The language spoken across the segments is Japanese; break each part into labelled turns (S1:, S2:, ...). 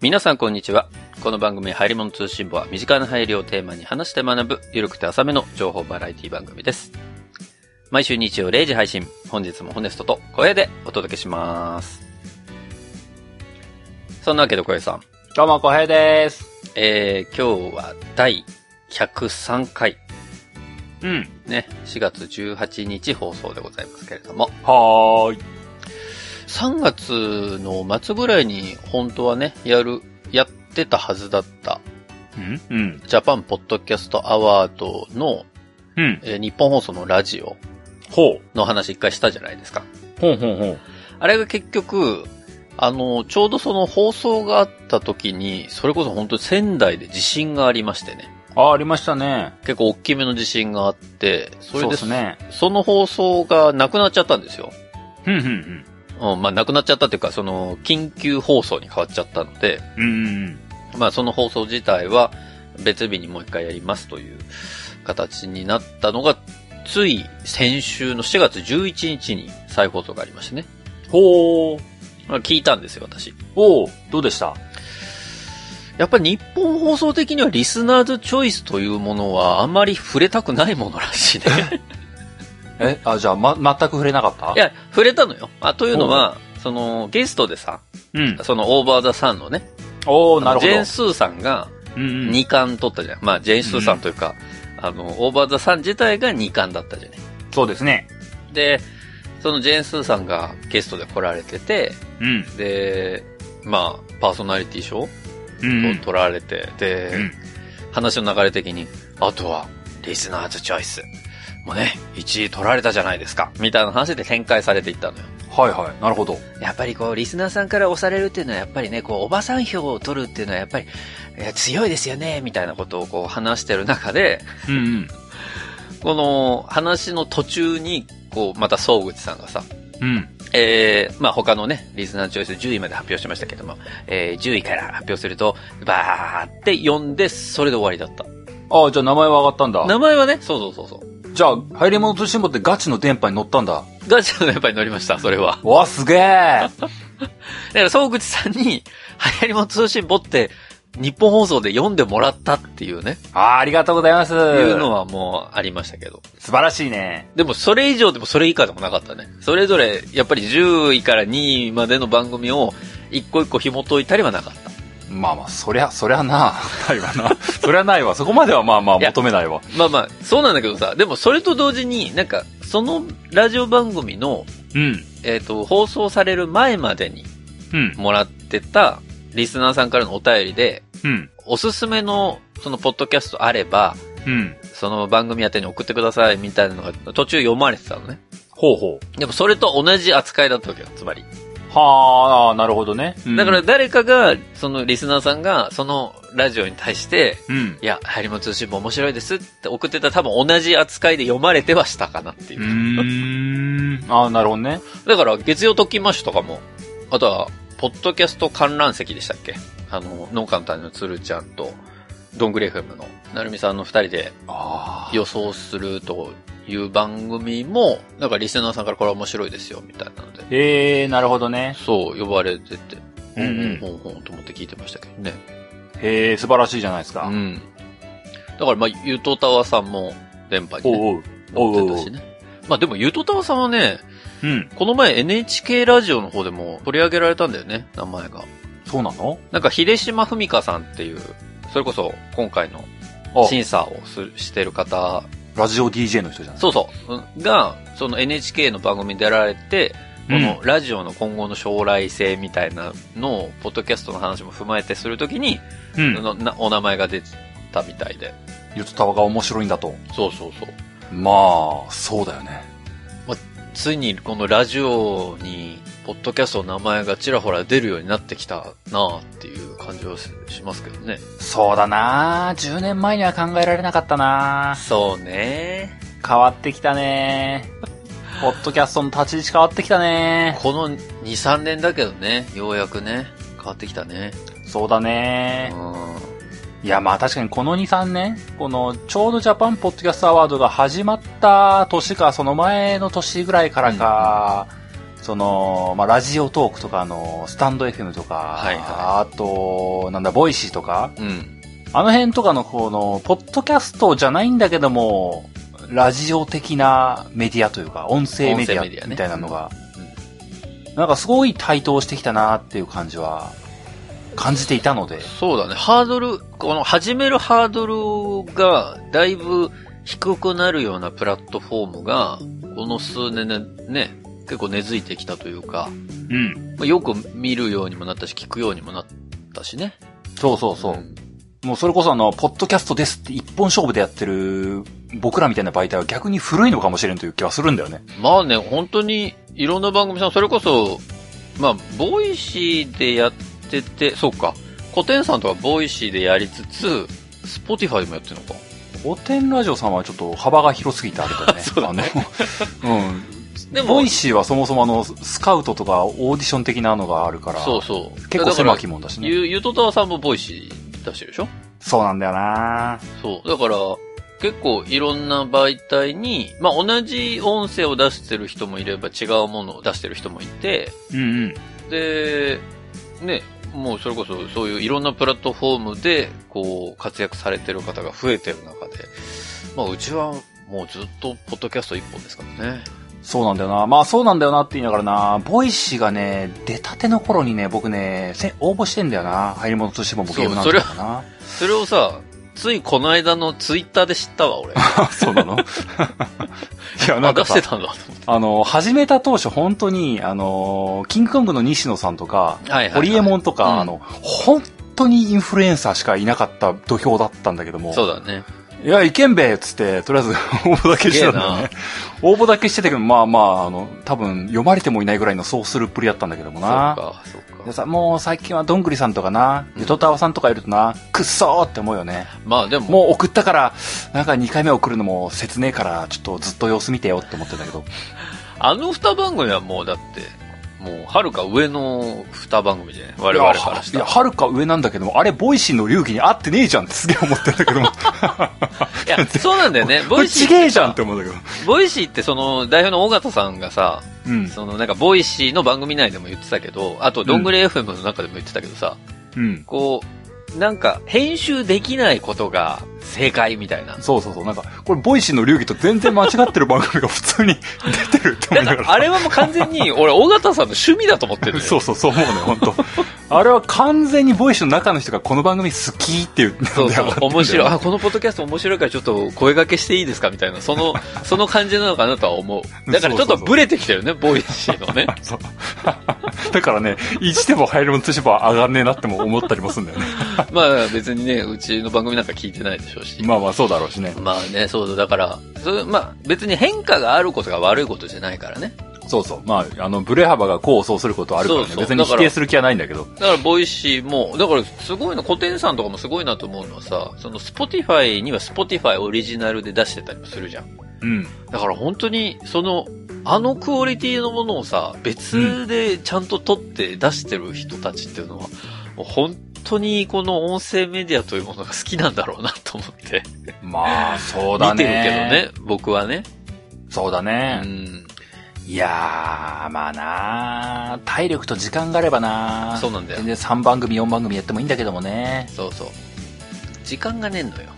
S1: 皆さんこんにちは。この番組、入り物通信簿は、身近な入りをテーマに話して学ぶ、ゆるくて浅めの情報バラエティ番組です。毎週日曜0時配信、本日もホネストと小江でお届けします。そんなわけで小江さん、
S2: どうも、小平です。
S1: えー、今日は第103回、
S2: うん。
S1: ね、4月18日放送でございますけれども、
S2: はーい。
S1: 3月の末ぐらいに本当はね、やる、やってたはずだった、
S2: うんうん。
S1: ジャパンポッドキャストアワードの、
S2: うん。
S1: えー日本放送のラジオ
S2: ほ
S1: の話一回したじゃないですか。
S2: う。ほうほうほう。
S1: あれが結局、あの、ちょうどその放送があった時に、それこそ本当に仙台で地震がありましてね。
S2: あ、ありましたね。
S1: 結構大きめの地震があって、それで
S2: うで
S1: そ
S2: すね。
S1: その放送がなくなっちゃったんですよ。
S2: うんうん
S1: うん、まあなくなっちゃったっていうか、その、緊急放送に変わっちゃったので、
S2: うん。うんうん
S1: まあその放送自体は別日にもう一回やりますという形になったのが、つい先週の4月11日に再放送がありましてね。
S2: うん。ほう。
S1: まあ聞いたんですよ、私。
S2: おう。どうでした
S1: やっぱり日本放送的にはリスナーズチョイスというものはあまり触れたくないものらしいね。
S2: え、あ、じゃあ、ま、全く触れなかった
S1: い、や、触れたのよ。あというのは、そのゲストでさ、
S2: うん。
S1: そのオーバーザさんのね、
S2: おー、なるほ
S1: ジ
S2: ど。
S1: ェーンスーさんが
S2: うんうん。
S1: 2冠取ったじゃん。まあジェーンスーさんというか、あの、オーバーザさん自体が2冠だったじゃん。
S2: そうですね。
S1: で、そのジェーン・スーさんがゲストで来られてて、
S2: うん。
S1: で、まあ、パーソナリティ賞を
S2: うんうん。
S1: 取られて、で、
S2: うん
S1: 話の流れ的に、あとは、リスナーズチョイス。もうね、1位取られたじゃないですか。みたいな話で展開されていったのよ。
S2: はいはい。なるほど。
S1: やっぱりこう、リスナーさんから押されるっていうのは、やっぱりね、こう、おばさん票を取るっていうのは、やっぱり、いや強いですよね、みたいなことをこう、話してる中で、
S2: うんうん。
S1: この、話の途中に、こう、また、総口さんがさ、
S2: うん。
S1: えー、まあ他のね、リスナーチョイス10位まで発表しましたけども、えー、10位から発表すると、バーって読んで、それで終わりだった。
S2: あ、じゃあ名前は上がったんだ。
S1: 名前はね、そうそうそうそう。
S2: じゃあ、入り物通信簿ってガチの電波に乗ったんだ。
S1: ガチャのやっぱり乗りました、それは。
S2: わ、す げえ。
S1: だから、総口さんに、流行りも通信簿って、日本放送で読んでもらったっていうね、
S2: あー、ありがとうございます。
S1: いうのはもうありましたけど。
S2: 素晴らしいね。
S1: でも、それ以上でもそれ以下でもなかったね。それぞれ、やっぱり10位から2位までの番組を、一個一個紐解いたりはなかった。
S2: まあまあ、そりゃ、そりゃな、ないわな。そりゃないわ。そこまではまあまあ
S1: いや
S2: 求めないわ。
S1: まあまあ、そうなんだけどさ、でもそれと同時に、なんか、そのラジオ番組の、
S2: うん。
S1: えっ、と、放送される前までに
S2: うん。
S1: もらってた、リスナーさんからのお便りで、
S2: うん。
S1: おすすめの、その、ポッドキャストあれば、
S2: うん。
S1: その番組宛てに送ってください、みたいなのが、途中読まれてたのね。
S2: ほうほ
S1: でもそれと同じ扱いだったわけよ、つまり。
S2: う。はあ、なるほどね。
S1: だから、誰かが、そのリスナーさんが、そのラジオに対して、
S2: うん。
S1: いや、流行りも通信も面白いですって送ってたら多分同じ扱いで読まれてはしたかなっていう
S2: う。ん。 ああ、なるほどね。
S1: だから、月曜ときましとかも、あとは、ポッドキャスト観覧席でしたっけあの、農家の谷のつるちゃんと、ドングレフムの、なるみさんの二人で
S2: ああ。
S1: 予想するという番組も、なんかリスナーさんからこれ面白いですよ、みたいなので。
S2: ええー、なるほどね。
S1: そう、呼ばれてて、
S2: うんうん
S1: ほんほんと思って聞いてましたけどね。
S2: ええー、素晴らしいじゃないです
S1: う
S2: か。
S1: ん。だから、まあ、ゆとたわさんも、電波に、ね、
S2: おうおう。
S1: 乗
S2: おうおう
S1: ってたしね。まあ、でも、ゆとたわさんはね、
S2: うん。
S1: この前 NHK ラジオの方でも取り上げられたんだよね、名前が。
S2: そうなの
S1: なんか、秀島文香さんっていう、それこそ今回の
S2: あ、
S1: 審査をすしてる方、
S2: ラジオ DJ の人じゃない
S1: そうそううん、が、その NHK の番組に出られて、このラジオの今後の将来性みたいなのを、ポッドキャストの話も踏まえてするときに、
S2: う
S1: そ
S2: ん。
S1: のなお名前が出てたみたいで。
S2: ゆとたわが面白いんだと。
S1: そうそうそう。
S2: まあ、そうだよね。
S1: ついにこのラジオに、ポッドキャストの名前がちらほら出るようになってきたなあっていう感じはししますけどね。
S2: そうだな10年前には考えられなかったな
S1: そうね。
S2: 変わってきたねポッドキャストの立ち位置変わってきたね
S1: この2、3年だけどね、ようやくね、変わってきたね。
S2: そうだ
S1: うん
S2: ね。いや、まあ確かにこの2、3年、この、ちょうどジャパンポッドキャストアワードが始まった年か、その前の年ぐらいからか、その、まあ、ラジオトークとか、あの、スタンド FM とか、
S1: はいはい
S2: あと、なんだ、ボイシーとか、
S1: うん。
S2: あの辺とかの、この、ポッドキャストじゃないんだけども、ラジオ的なメディアというか、音声メデ
S1: 音声メディ
S2: ィ
S1: ア
S2: ア
S1: ね
S2: みたいなのが、なんかすごい台頭してきたなっていう感じは、感じていたので、
S1: そうだね。ハードル、この始めるハードルがだいぶ低くなるようなプラットフォームが、この数年でね、結構根付いてきたというか、
S2: うん。
S1: まあ、よく見るようにもなったし、聞くようにもなったしね。
S2: そうそうそう。
S1: ん
S2: もうそれこそあの、ポッドキャストですって一本勝負でやってる僕らみたいな媒体は逆に古いのかもしれんという気はするんだよね。
S1: まあね、本当にいろんな番組さん、それこそ、まあ、ボイシーでやってて、そうか、古典さんとかボイシーでやりつつ、スポティファイでもやってるのか。
S2: 古典ラジオさんはちょっと幅が広すぎてあれだよ ね。
S1: そうだね
S2: あの。うん。
S1: でも
S2: ボイシーはそもそもあの、スカウトとかオーディション的なのがあるから、
S1: そうそう。
S2: 結構
S1: だから
S2: 狭きもんだしね。
S1: ゆ、ゆとたわさんもボイシー出してるでしょ
S2: そうなんだよな
S1: そう。だから、結構いろんな媒体に、まあ、同じ音声を出してる人もいれば違うものを出してる人もいて、
S2: うんうん。
S1: で、ね、もうそれこそそういういろんなプラットフォームで、こう、活躍されてる方が増えてる中で、まあ、うちはもうずっとポッドキャスト一本ですからね。
S2: そうなんだよなまあそうなんだよなって言いながらなボイシーがね、出たての頃にね、僕ね、せ応募してんだよな入り物としても僕ゲームなんだよな。
S1: それをさ、ついこの間のツイッターで知ったわ、俺。
S2: そう なのいや、 なん
S1: 流
S2: か
S1: し
S2: さ
S1: て、たんだと思っ
S2: あの、始めた当初本当に、あの、キングコングの西野さんとか、
S1: て。はいはい、はい。
S2: ホリエモンとか、
S1: うん
S2: あの、本当にインフルエンサーしかいなかった土俵だったんだけども、
S1: そうだね。
S2: いや、いけんべっつって、とりあえず 応募だけしてたんだよね。応募だけしてたけど、まあまあ、あの、多分読まれてもいないぐらいのそうするっぷりだったんだけども
S1: そう
S2: な。
S1: か、そう
S2: で
S1: か。
S2: さもう最近はどんぐりさんとかな、
S1: うん
S2: ゆとたわさんとかいるとな、くっそーって思うよね。
S1: まあでも、
S2: もう送ったから、なんか2回目送るのも切ねえから、ちょっとずっと様子見てよって思ってんだけど。
S1: あの二番組はもうだって、もう、はるか上の二番組じゃない我々からした
S2: いや、
S1: ら。
S2: はるか上なんだけども、あれ、ボイシーの流儀に合ってねえじゃんってすげえ思ってんだけども。
S1: いや、そうなんだ よね。ボ
S2: これ
S1: イシー
S2: ち
S1: ってさ
S2: げえじゃんって思うんだけど。
S1: ボイシーってその代表の尾形さんがさ、
S2: うん。
S1: そのなんかボイシーの番組内でも言ってたけど、あとどんぐり FM の中でも言ってたけどさ、
S2: うん。
S1: こう、なんか編集できないことが正解みたい な。
S2: そうそうそう。なんか、これ、ボイシーの流儀と全然間違ってる番組が普通に 出てるって思
S1: だか
S2: いなが
S1: らあ
S2: ら。
S1: れはもう完全に俺尾形さんの趣味だと思ってるのよ
S2: そうそう、そう思うね、本当あれは完全にボイシーの中の人がこの番組好きっていう。
S1: そうそう、面白い。
S2: い。
S1: あ、このポッドキャスト面白いからちょっと声掛けしていいですかみたいな、そ の、その感じなのかなとは思う。だからちょっとブレてきてるね、ボイシーの ね。
S2: そう だからね、1でも入るもんとしても上がんねえなっても思ったりもするんだよね。
S1: まあ別にね、うちの番組なんか聞いてないでしょうし。
S2: まあまあ、そうだろうしね。
S1: まあね、そうだ、だから、それまあ別に変化があることが悪いことじゃないからね。
S2: そうそう。まあ、あの、ブレ幅がこうそうすることあるからね。
S1: そうそう
S2: 別に
S1: だか
S2: 否
S1: ら
S2: 定する気はないんだけど。
S1: だからボイシーも、だからすごいの、古典さんとかもすごいなと思うのはさ、そのスポティファイにはスポティファイオリジナルで出してたりもするじゃん。
S2: うん。
S1: だから本当に、その、あのクオリティのものをさ、別でちゃんと撮って出してる人たちっていうのは、もう本当にこの音声メディアというものが好きなんだろうなと思って、
S2: まあ、そうだ
S1: 見
S2: ね。
S1: てるけど。ね、僕はね。
S2: そうだ
S1: う
S2: ね。
S1: ん。
S2: いやー、まあなー体力と時間があればなー
S1: そうなんだよ
S2: 全。然3番組、4番組やってもいいんだけどもね。
S1: そうそう。時間がねえのよ。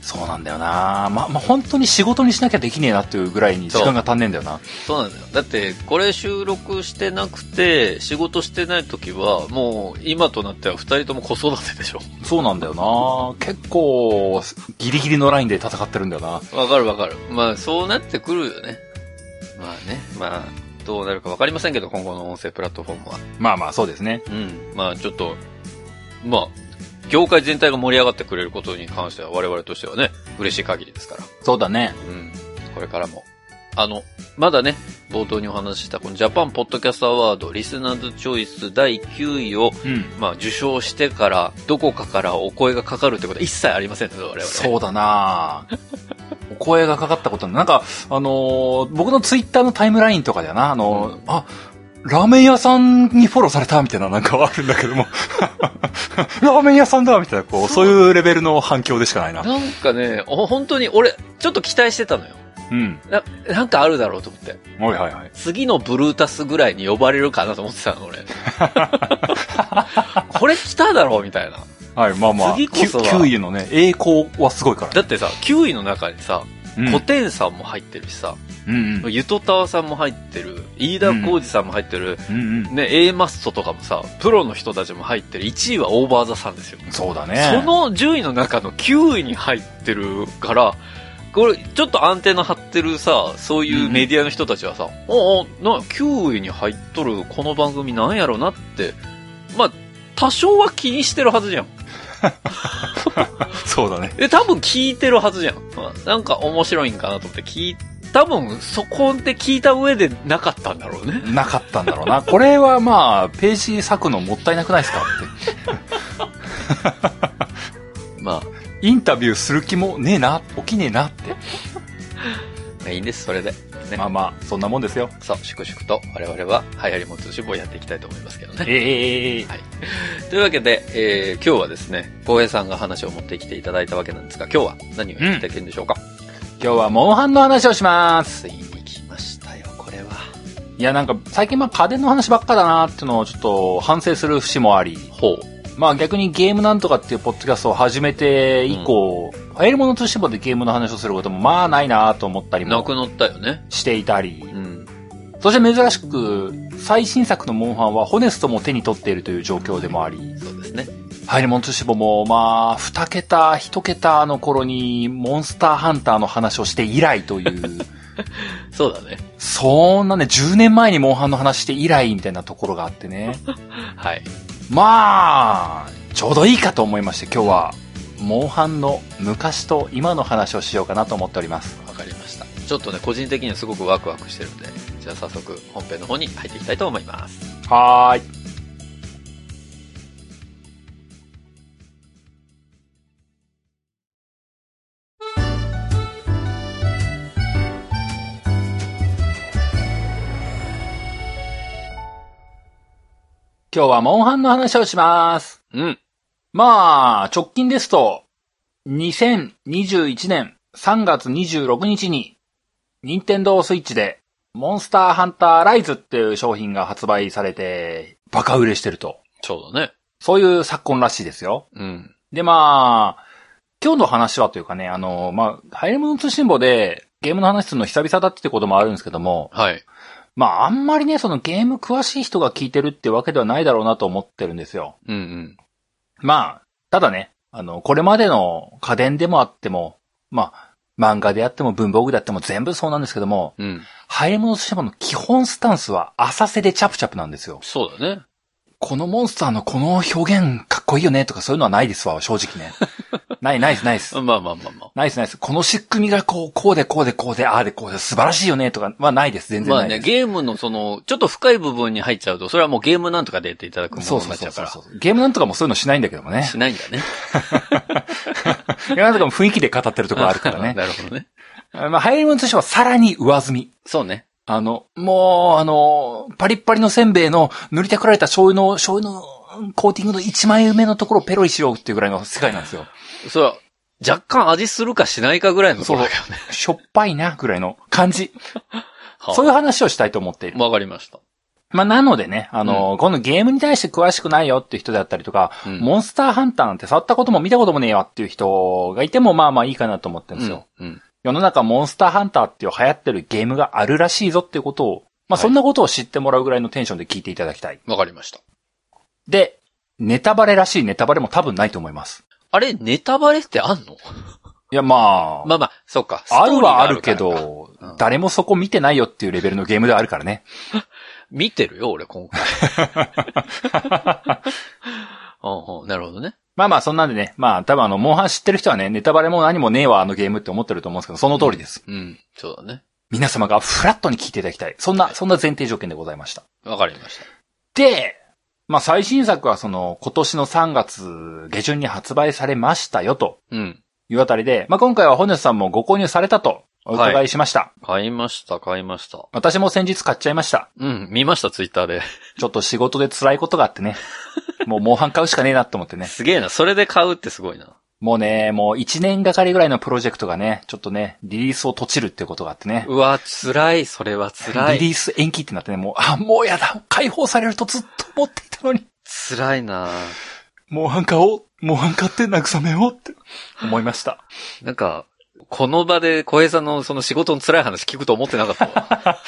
S2: そうなんだよなーまあ、まあ、本当に仕事にしなきゃできねえなっていうぐらいに時間が足んねえんだよな。
S1: そうなんだよ。だって、これ収録してなくて、仕事してない時は、もう今となっては二人とも子育てでしょ。
S2: そうなんだよなー結構、ギリギリのラインで戦ってるんだよな。
S1: わかるわかる。まあ、そうなってくるよね。まあね、まあ、どうなるかわかりませんけど、今後の音声プラットフォームは。
S2: まあまあ、そうですね。
S1: うん。まあ、ちょっと、まあ、業界全体が盛り上がってくれることに関しては、我々としてはね、嬉しい限りですから。
S2: そうだね。
S1: うん。これからも。あの、まだね、冒頭にお話しした、このジャパンポッドキャストアワード、リスナーズチョイス第9位を、
S2: うん。
S1: まあ、受賞してから、どこかからお声がかかるってことは一切ありませんので、我々。
S2: そうだなぁお声がかかったことないなんか、あのー僕のツイッターのタイムラインとかだよな、あのー
S1: うん
S2: あ、ラーメン屋さんにフォローされたみたいななんかはあるんだけども、 ラーメン屋さんだみたいな、こう、そういうレベルの反響でしかないな。
S1: なんかね、お本当に俺、ちょっと期待してたのよ。
S2: うん。
S1: ななんかあるだろうと思って。
S2: はいはいはい。
S1: 次のブルータスぐらいに呼ばれるかなと思ってたの、 俺。これ来ただろうみたいな。
S2: はい、まあまあ。
S1: 次こそは
S2: きゅ9位のね、栄光はすごいからね。
S1: だってさ、9位の中にさ、
S2: うん
S1: コテンさんも入ってるしさ、
S2: うんうん。
S1: ゆとたわさんも入ってる、飯田浩二さんも入ってる、
S2: うん
S1: ね、A マストとかもさ、プロの人たちも入ってる、1位はオーバーザさんですよ。
S2: うん。そう
S1: そ
S2: だね。
S1: の10位の中の9位に入ってるから、これ、ちょっとアンテナ張ってるさ、そういうメディアの人たちはさ、おうおうな、9位に入っとるこの番組なんやろなって、まあ、多少は気にしてるはずじゃん。
S2: そうだね。
S1: で、多分聞いてるはずじゃん。まあなんか面白いんかなと思って聞い、多分そこで聞いた上でなかったんだろうね。
S2: なかったんだろうな。これはまあ、ページ割くのもったいなくないですかっ
S1: ま
S2: て。インタビューする気もねえな、起きねえなって。
S1: あ、いいんです、それで。ね
S2: まあまあ、そんなもんですよ。
S1: さあ、粛々と我々は流行りも通信簿をやっていきたいと思いますけどね。
S2: ええ
S1: というわけで、えー今日はですね、浩平さんが話を持ってきていただいたわけなんですが、今日は何を言っていけるんでしょうか、
S2: 今日はモンハンの話をします。
S1: ついに来ましたよ、これは。
S2: いや、なんか、最近まあ家電の話ばっかだなっていうのをちょっと反省する節もあり、
S1: ほう。
S2: まあ逆にゲームなんとかっていうポッドキャストを始めて以降、流行り物としてもでゲームの話をすることもまあないなと思ったり
S1: な
S2: も
S1: くなったよね。
S2: していたり、
S1: うん。
S2: そして珍しく、最新作のモンハンはホネストも手に取っているという状況でもあり、
S1: そうですね。
S2: ハイレモンツシボも、まあ、二桁、一桁の頃に、モンスターハンターの話をして以来という、
S1: そうだね。
S2: そんなね、10年前にモンハンの話して以来みたいなところがあって ね。
S1: はい。
S2: まあ、ちょうどいいかと思いまして、今日は、モンハンの昔と今の話をしようかなと思っております。
S1: わかりました。ちょっとね、個人的にはすごくワクワクしてるんで、じゃあ早速本編の方に入っていきたいと思います。
S2: はーい。今日はモンハンの話をします。
S1: うん。
S2: まあ、直近ですと、2021年3月26日に、任天堂スイッチで、モンスターハンターライズっていう商品が発売されて、バカ売れしてると。
S1: ちょうどね。
S2: そういう昨今らしいですよ。
S1: うん。
S2: で、まあ、今日の話はというかね、あの、まあ、ハイレムの通信簿でゲームの話するの久々だってこともあるんですけども、
S1: はい。
S2: まあ、あんまりね、そのゲーム詳しい人が聞いてるってわけではないだろうなと思ってるんですよ。
S1: うんうん。
S2: まあ、ただね、あの、これまでの家電でもあっても、まあ、漫画であっても文房具であっても全部そうなんですけども、
S1: うん。
S2: ハイレムのシマの基本スタンスは浅瀬でチャプチャプなんですよ。
S1: そうだね。
S2: このモンスターのこの表現かっこいいよねとかそういうのはないですわ、正直ね。 ない、ないです、ないです。
S1: まあまあまあまあ。
S2: ないです、ないです。この仕組みがこう、こうでこうでこうで、ああでこうで素晴らしいよねとかはないです、全然
S1: ま
S2: な
S1: あ
S2: いで
S1: ね、
S2: す。
S1: ゲームのその、ちょっと深い部分に入っちゃうと、それはもうゲームなんとかでやっていただくも
S2: そ
S1: の
S2: う
S1: に
S2: そ
S1: な
S2: う
S1: っち
S2: そ
S1: ゃ
S2: う
S1: うから。
S2: そう。ゲームなんとかもそういうのしないんだけど もね。
S1: しないんだね。
S2: ゲームなんとかも雰囲気で語ってるところあるから ね。
S1: なるほどね。
S2: まあ、ハイレムの通信はさらに上積み。
S1: そうね。
S2: あの、もう、あの、パリッパリのせんべいの塗りたくられた醤油の、醤油のコーティングの一枚埋めのところをペロリしようっていうぐらいの世界なんですよ。
S1: それは、若干味するかしないかぐらいのところだけどね。
S2: しょっぱいなぐらいの感じ。
S1: はあ
S2: そういう話をしたいと思っている。
S1: わかりました。
S2: まあ、なのでね、あの、このゲームに対して詳しくないよっていう人だったりとか、
S1: うん
S2: モンスターハンターなんて触ったことも見たこともねえよっていう人がいても、まあまあいいかなと思ってるんですよ。
S1: うん。うん
S2: 世の中モンスターハンターっていう流行ってるゲームがあるらしいぞっていうことを、まあ、
S1: はい
S2: そんなことを知ってもらうぐらいのテンションで聞いていただきたい。
S1: わかりました。
S2: で、ネタバレらしいネタバレも多分ないと思います。
S1: あれ、ネタバレってあんの
S2: いや、まあ、
S1: まあまあ、そうか。
S2: あるはあ
S1: ス
S2: る
S1: トー
S2: け
S1: リーがあるからか。
S2: ど、
S1: うん
S2: 誰もそこ見てないよっていうレベルのゲームではあるからね。
S1: 見てるよ、俺、今 回。うんうん、なるほどね。
S2: まあまあ、そんなんでね、まあ、多分あの、モンハン知ってる人はね、ネタバレも何もねえわ、あのゲームって思ってると思うんですけど、その通りです。
S1: うん、そうだね。
S2: 皆様がフラットに聞いていただきたい。そんな、そんな前提条件でございました。
S1: わかりました。
S2: で、まあ、最新作はその、今年の3月下旬に発売されましたよ、と
S1: うん。
S2: いうあたりで、まあ、今回は本日さんもご購入されたと、お伺いしました。
S1: 買いました、買いました。
S2: 私も先日買っちゃいました。
S1: うん、見ました、ツイッターで。
S2: ちょっと 仕事で辛いことがあってね。もう、モンハン買うしかねえなと思ってね。
S1: すげえな、それで買うってすごいな。
S2: もうね、もう1年がかりぐらいのプロジェクトがね、ちょっとね、リリースを閉じるっていうことがあってね。
S1: うわ、辛い。それは辛
S2: リ
S1: い。
S2: リース延期ってなってね、もう、あ、もうやだ解放されるとずっと思っていたのに、
S1: 辛いな
S2: モンハン買おうモンハン買って慰めようって思いました。
S1: なんか、この場で小平さんのその仕事の辛い話聞くと思ってなかった わ。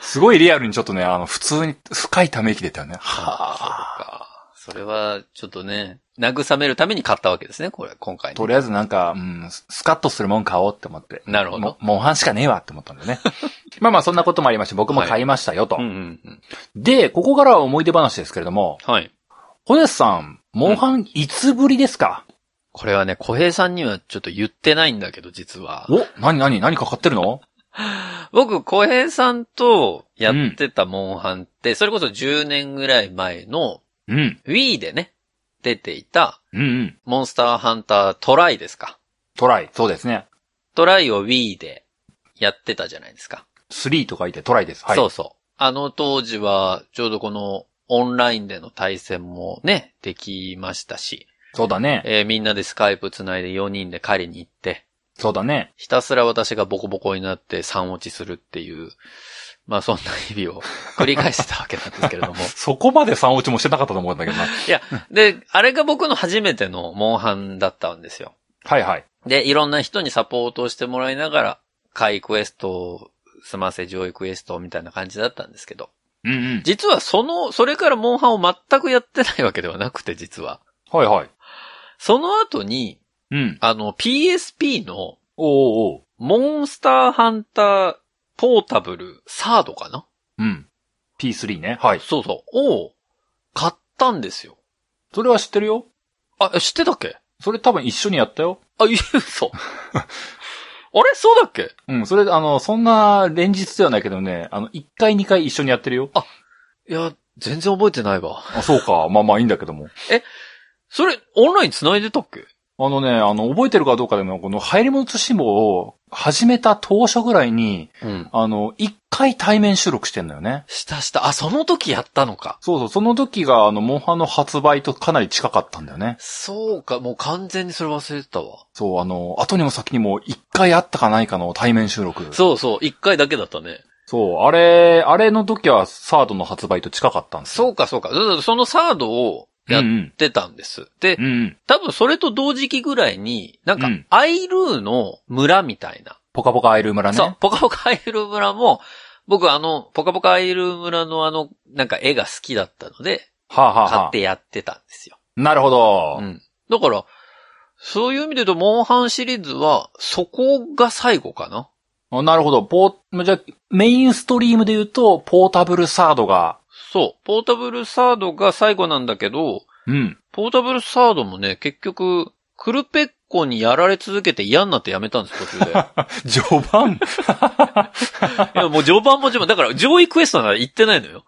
S2: すごいリアルにちょっとね、あの、普通に深いため息出たよね。はあ。
S1: あ。それは、ちょっとね、慰めるために買ったわけですね、これ、今回ね
S2: とりあえずなんか、うん、ススカッとするもん買おうって思って。
S1: なるほど
S2: も。モンハンしかねえわって思ったんだ よね。まあまあそんなこともありまして、僕も買いましたよと。
S1: うんうんうん。
S2: で、ここからは思い出話ですけれども、
S1: はい。
S2: ホネスさん、モンハンいつぶりですか、
S1: これはね、小平さんにはちょっと言ってないんだけど、実は。
S2: お何何何か買ってるの
S1: 僕、小平さんとやってたモンハンって、それこそ10年ぐらい前の
S2: うん。
S1: Wii でね、出ていた
S2: うんうん。
S1: モンスターハンタートライですか。
S2: トライ。そうですね。
S1: トライを Wii でやってたじゃないですか。
S2: 3と書いてトライです。はい。
S1: そうそう。あの当時は、ちょうどこのオンラインでの対戦もね、できましたし、
S2: そうだね。
S1: えーみんなでスカイプ繋いで4人で狩りに行って、
S2: そうだね。
S1: ひたすら私がボコボコになって3落ちするっていう、まあそんな日 々を繰り返してたわけなんですけれども。
S2: そこまで3落ちもしてなかったと思うんだけどな。
S1: いや、で、あれが僕の初めてのモンハンだったんですよ。
S2: はいはい。
S1: で、いろんな人にサポートをしてもらいながら、回クエスト、済ませ上位クエストみたいな感じだったんですけど。
S2: うんうん。
S1: 実はその、それからモンハンを全くやってないわけではなくて、実は。
S2: はいはい。
S1: その後に、
S2: うん。
S1: あの、PSP の、
S2: おうおう。
S1: モンスターハンターポータブルサードかな
S2: うん。P3 ね。はい。
S1: そうそう。を、買ったんですよ。
S2: それは知ってるよ。
S1: あ、え知ってたっけ
S2: それ多分一緒にやったよ。
S1: あ、いや 嘘。あれそうだっけ
S2: うん。それ、あの、そんな連日ではないけどね、あの、1回2回一緒にやってるよ。
S1: いや、全然覚えてないわ。
S2: あ、そうか。まあまあいいんだけども。
S1: それ、オンライン繋いでたっけ
S2: あのね、あの、覚えてるかどうかでも、この入り物通信簿を始めた当初ぐらいに、
S1: うん。
S2: あの、1回対面収録してんのよね。
S1: したした。あ、その時やったのか。
S2: そうそう。その時が、あの、モンハンの発売とかなり近かったんだよね。
S1: そうか、もう完全にそれ忘れてたわ。
S2: そう、あの、後にも先にも一回あったかないかの対面収録。そう。
S1: そうそう、一回だけだったね。
S2: あれ、あれの時はサードの発売と近かったんですよ。
S1: そうか、そうか。だからそのサードをや
S2: う
S1: っ
S2: んうん。
S1: てたんです。で
S2: う、んうん。
S1: 多分それと同時期ぐらいに、なんか
S2: うん、
S1: アイルーの村みたいな。
S2: ポカポカアイル村ね。
S1: そう、ポカポカアイルー村も、僕あの、ポカポカアイルー村のあの、なんか絵が好きだったので、
S2: はあ、はあ
S1: 買
S2: は
S1: ってやってたんですよ。
S2: あ、なるほど。
S1: うん。だから、そういう意味で言うと、モンハンシリーズは、そこが最後かな。
S2: あなるほど。ポー、じゃあ、メインストリームで言うと、ポータブルサードが、
S1: そう、ポータブルサードが最後なんだけど、
S2: うん。
S1: ポータブルサードもね、結局、クルペッコにやられ続けて嫌になってやめたんです、途中で。 い
S2: 序盤
S1: や、もう序盤も序盤。だから、上位クエストなら行ってないのよ。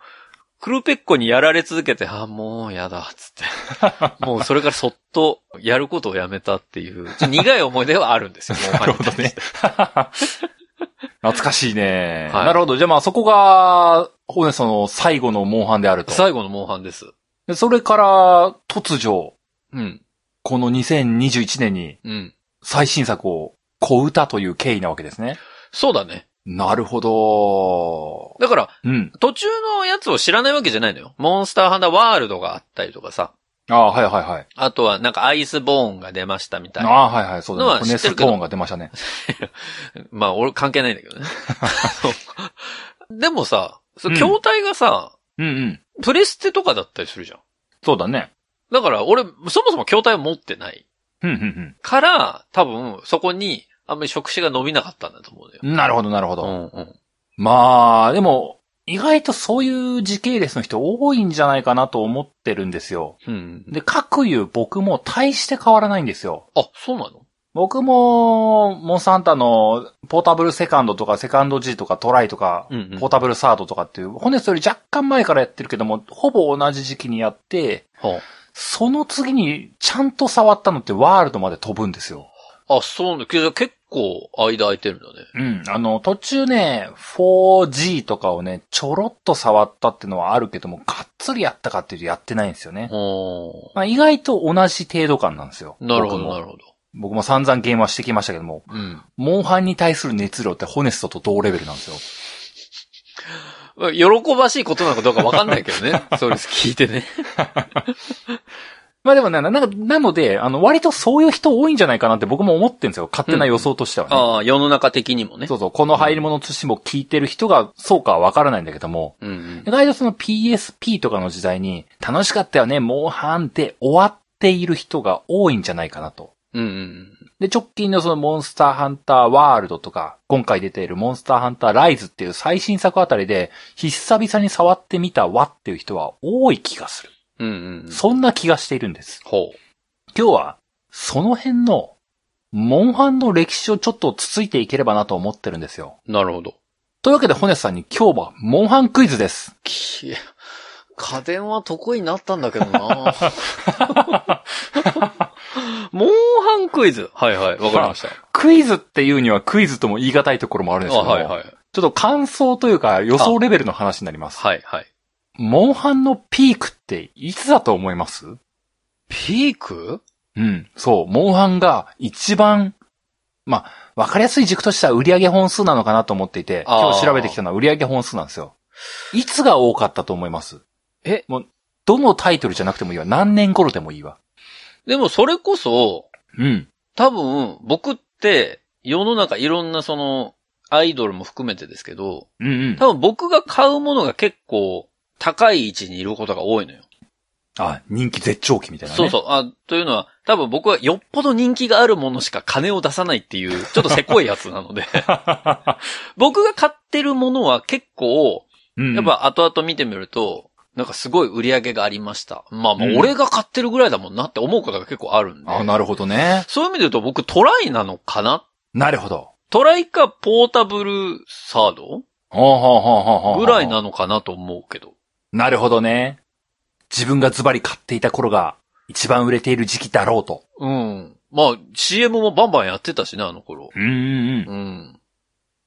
S1: クルペッコにやられ続けて、あ、もうやだ、つ って。もうそれからそっと、やることをやめたっていう、ちょっと苦い思い出はあるんですよ、モンハンに対して
S2: なる懐かしいね、
S1: はい
S2: なるほど。じゃあまあそこが、ほね、その最後のモンハンであると。
S1: 最後のモンハンです。
S2: でそれから、突如、
S1: うん、
S2: この2021年に、
S1: うん。
S2: 最新作を小歌という経緯なわけですね。
S1: そうだね。
S2: なるほど。
S1: だから、
S2: うん。
S1: 途中のやつを知らないわけじゃないのよ。モンスターハンターワールドがあったりとかさ。
S2: ああ、はいはいはい。
S1: あとは、なんかアイスボーンが出ましたみたい
S2: あ
S1: な。
S2: あ、はいはい、そう
S1: の
S2: だ
S1: は
S2: ね。ネ
S1: 知って
S2: ス
S1: る
S2: ト
S1: けど
S2: ーンが出ましたね。
S1: まあ、俺関係ないんだ けどね。そうでもさ、そう
S2: うん
S1: 筐体がさ、
S2: うんうん。
S1: プレステとかだったりするじゃん。
S2: そうだね。
S1: だから、俺、そもそも筐体を持ってない。
S2: うんうん
S1: から、多分、そこに、あんまり触手が伸びなかったんだと思うのよ。
S2: うん。なるほど、なるほ
S1: う
S2: ど。
S1: んうん。
S2: まあ、でも、意外とそういう時系列の人多いんじゃないかなと思ってるんですよ。
S1: うん。
S2: で、各言う僕も大して変わらないんですよ。
S1: あ、そうなの
S2: 僕も、モンスターハンターのポータブルセカンドとかセカンド G とかトライとか、
S1: うんうん。
S2: ポータブルサードとかっていう、ホネストより若干前からやってるけども、ほぼ同じ時期にやって、
S1: は
S2: その次にちゃんと触ったのってワールドまで飛ぶんですよ。
S1: あ、あそうなの。けど結構間空いてるんだね。
S2: うん。あの、途中ね、4G とかをね、ちょろっと触ったってのはあるけども、がっつりやったかっていうとやってないんですよね。
S1: お
S2: まあ、意外と同じ程度感なんですよ。
S1: ーなるほど、
S2: 僕も
S1: なるほど。
S2: 僕も散々ゲームはしてきましたけども、
S1: うん。
S2: モンハンに対する熱量ってホネストと同レベルなんですよ。
S1: 喜ばしいことなのかどうかわかんないけど ね。それ聞いてね。
S2: まあでもね、ななんかなので、あの、割とそういう人多いんじゃないかなって僕も思ってんですよ。勝手な予想としてはね。
S1: ああ、世の中的にもね。
S2: そうそう、この入り物通信も聞いてる人がそうかはわからないんだけども、
S1: うんうん
S2: 意。外とその PSP とかの時代に、楽しかったよね、モンハンで終わっている人が多いんじゃないかなと。
S1: うんうん。
S2: で、直近のそのモンスターハンターワールドとか、今回出ているモンスターハンターライズっていう最新作あたりで、久々に触ってみたわっていう人は多い気がする。
S1: うん うん。
S2: そんな気がしているんです。
S1: ほ
S2: 今日は、その辺の、モンハンの歴史をちょっとつついていければなと思ってるんですよ。
S1: う。なるほど。
S2: というわけで、ホネスさんに今日は、モンハンクイズです。
S1: き家電は得意になったんだけど なモンハンクイズ。はいはい。わかりました。
S2: クイズっていうにはクイズとも言い難いところもあるんです
S1: あ
S2: けども、
S1: はいはい。
S2: ちょっと感想というか予想レベルの話になります。
S1: はいはい。
S2: モンハンのピークっていつだと思います
S1: ピーク
S2: うん。そう。モンハンが一番、まあ、わかりやすい軸としては売上本数なのかなと思っていて、
S1: あー
S2: 今日調べてきたのは売上本数なんですよ。いつが多かったと思います
S1: え
S2: もう、どのタイトルじゃなくてもいいわ。何年頃でもいいわ。
S1: でもそれこそ、
S2: うん。
S1: 多分僕って世の中いろんなそのアイドルも含めてですけど、
S2: うんうん。
S1: 多分僕が買うものが結構高い位置にいることが多いのよ。
S2: あ、人気絶頂期みたいなね。
S1: そうそう。あ、というのは、多分僕はよっぽど人気があるものしか金を出さないっていう、ちょっとせこいやつなの で、僕が買ってるものは結構、
S2: うんうん。
S1: やっぱ後々見てみると、なんかすごい売り上げがありました。まあまあ
S2: う、ん
S1: 俺が買ってるぐらいだもんなって思うことが結構あるんで。
S2: あ、なるほどね。
S1: そういう意味で言うと僕トライなのかな
S2: なるほど。
S1: トライかポータブルサード
S2: ほうほうほうほうほうほう
S1: ぐらいなのかなと思うけど。
S2: なるほどね。自分がズバリ買っていた頃が一番売れている時期だろうと。
S1: うん。まあ、CM もバンバンやってたしね、あの頃。
S2: うんうんうん。
S1: うん。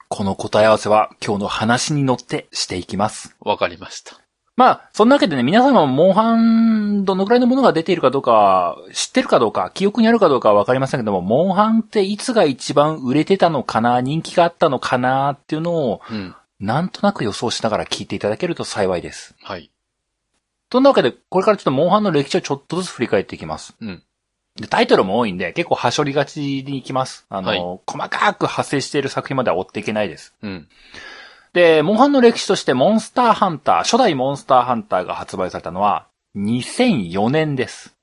S2: この答え合わせは今日の話に乗ってしていきます。
S1: わかりました。
S2: まあ、そんなわけでね、皆様もモンハン、どのくらいのものが出ているかどうか、知ってるかどうか、記憶にあるかどうかはわかりませんけども、モンハンっていつが一番売れてたのかな、人気があったのかなっていうのを、
S1: うん。
S2: なんとなく予想しながら聞いていただけると幸いです。
S1: はい。
S2: そんなわけで、これからちょっとモンハンの歴史をちょっとずつ振り返っていきます。
S1: うん
S2: で、タイトルも多いんで、結構はしょりがちにいきます。あの、
S1: はい
S2: 細かく派生している作品までは追っていけないです。
S1: うん。
S2: で、モンハンの歴史としてモンスターハンター、初代モンスターハンターが発売されたのは2004年です。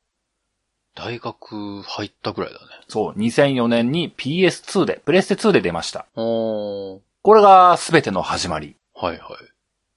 S1: 大学入ったぐらいだね。
S2: そう、2004年に PS2 で、プレステ2で出ました。
S1: おー。
S2: これが全ての始まり。
S1: はいは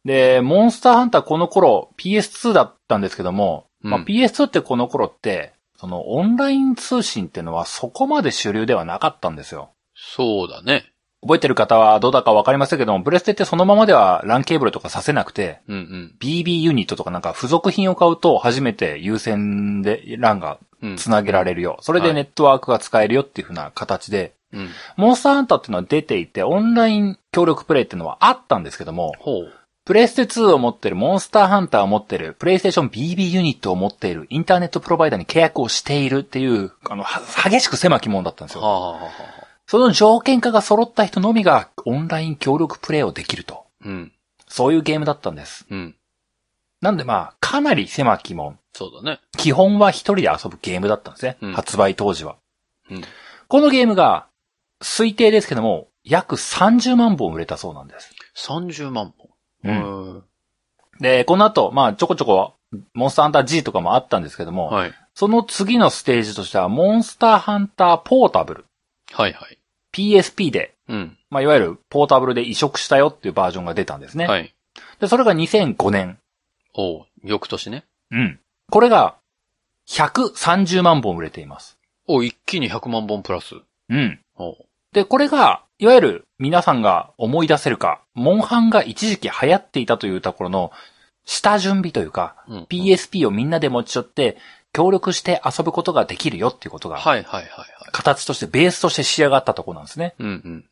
S1: い。
S2: で、モンスターハンターこの頃 PS2 だったんですけども、まあ、
S1: うん
S2: PS2 ってこの頃って、そのオンライン通信ってのはそこまで主流ではなかったんですよ。
S1: そうだね。
S2: 覚えてる方はどうだかわかりませんけども、プレステってそのままでは LAN ケーブルとかさせなくて、
S1: うん
S2: BB ユニットとかなんか付属品を買うと初めて優先で LAN が
S1: うん。うん。
S2: 繋げられるよ。それ
S1: は
S2: で
S1: い
S2: ネットワークが使えるよっていう風な形で、
S1: うん。
S2: モンスターハンターっていうのは出ていて、オンライン協力プレイっていうのはあったんですけども、
S1: ほう。
S2: プレステ2を持ってる、モンスターハンターを持ってる、プレイステーション BB ユニットを持っている、インターネットプロバイダーに契約をしているっていう、あの、は激しく狭き門だったんです
S1: は
S2: よ。
S1: あはあはあ。
S2: その条件下が揃った人のみがオンライン協力プレイをできると。
S1: うん。
S2: そういうゲームだったんです。
S1: うん。
S2: なんでまあ、かなり狭き門。
S1: そうだね。
S2: 基本は一人で遊ぶゲームだったんですね。
S1: うん
S2: 発売当時は。
S1: うん
S2: このゲームが、推定ですけども、約30万本売れたそうなんです。
S1: 30万本。ん。
S2: で、この後、まあ、ちょこちょこ、モンスターハンター G とかもあったんですけども、
S1: はい。
S2: その次のステージとしては、モンスターハンターポータブル、
S1: はいはい。
S2: PSP で、
S1: うん。
S2: まあ、いわゆるポータブルで移植したよっていうバージョンが出たんですね。
S1: はい。
S2: で、それが2005年。
S1: おう。翌年ね。
S2: うん。これが、130万本売れています。
S1: おう、一気に100万本プラス。
S2: うん。
S1: おう。
S2: で、これが、いわゆる皆さんが思い出せるか、モンハンが一時期流行っていたというところの、下準備というか、
S1: うん。
S2: PSP をみんなで持ち寄って、協力して遊ぶことができるよっていうことが、
S1: はいはいはいはい。
S2: 形として、ベースとして仕上がったところなんですね。
S1: うんうん。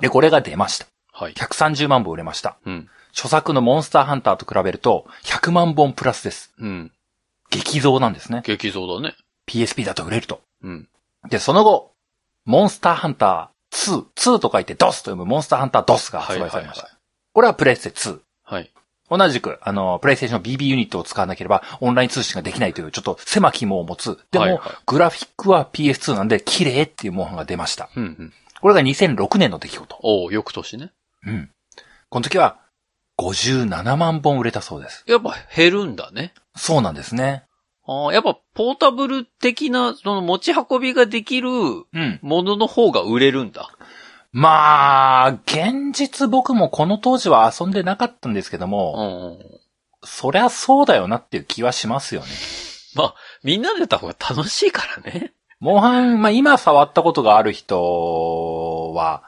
S2: で、これが出ました。
S1: はい。
S2: 130万本売れました。
S1: うん。
S2: 初作のモンスターハンターと比べると、100万本プラスです。
S1: うん。
S2: 激増なんですね。
S1: 激増だね。
S2: PSP だと売れると。
S1: うん。
S2: で、その後、モンスターハンター2、2と書いてドスと読むモンスターハンタードスが
S1: は
S2: 発
S1: いはい
S2: 売さ
S1: はい
S2: れました。。これはプレイステ2。
S1: はい。
S2: 同じく、あの、プレイステーション BB ユニットを使わなければオンライン通信ができないというちょっと狭き門を持つ。でも、
S1: はいはい
S2: グラフィックは PS2 なんで綺麗っていうモンハンが出ました。
S1: うんうん。
S2: これが2006年の出来事。
S1: おう、翌年ね。
S2: うん。この時は、57万本売れたそうです。
S1: やっぱ減るんだね。
S2: そうなんですね。
S1: ああ、やっぱポータブル的な、その持ち運びができる
S2: うん。
S1: ものの方が売れるんだ。
S2: まあ、現実僕もこの当時は遊んでなかったんですけど
S1: うん
S2: も、
S1: うんうん。
S2: そりゃそうだよなっていう気はしますよね。
S1: みんなでやった方が楽しいからね。
S2: モンハン、まあ今触ったことがある人は、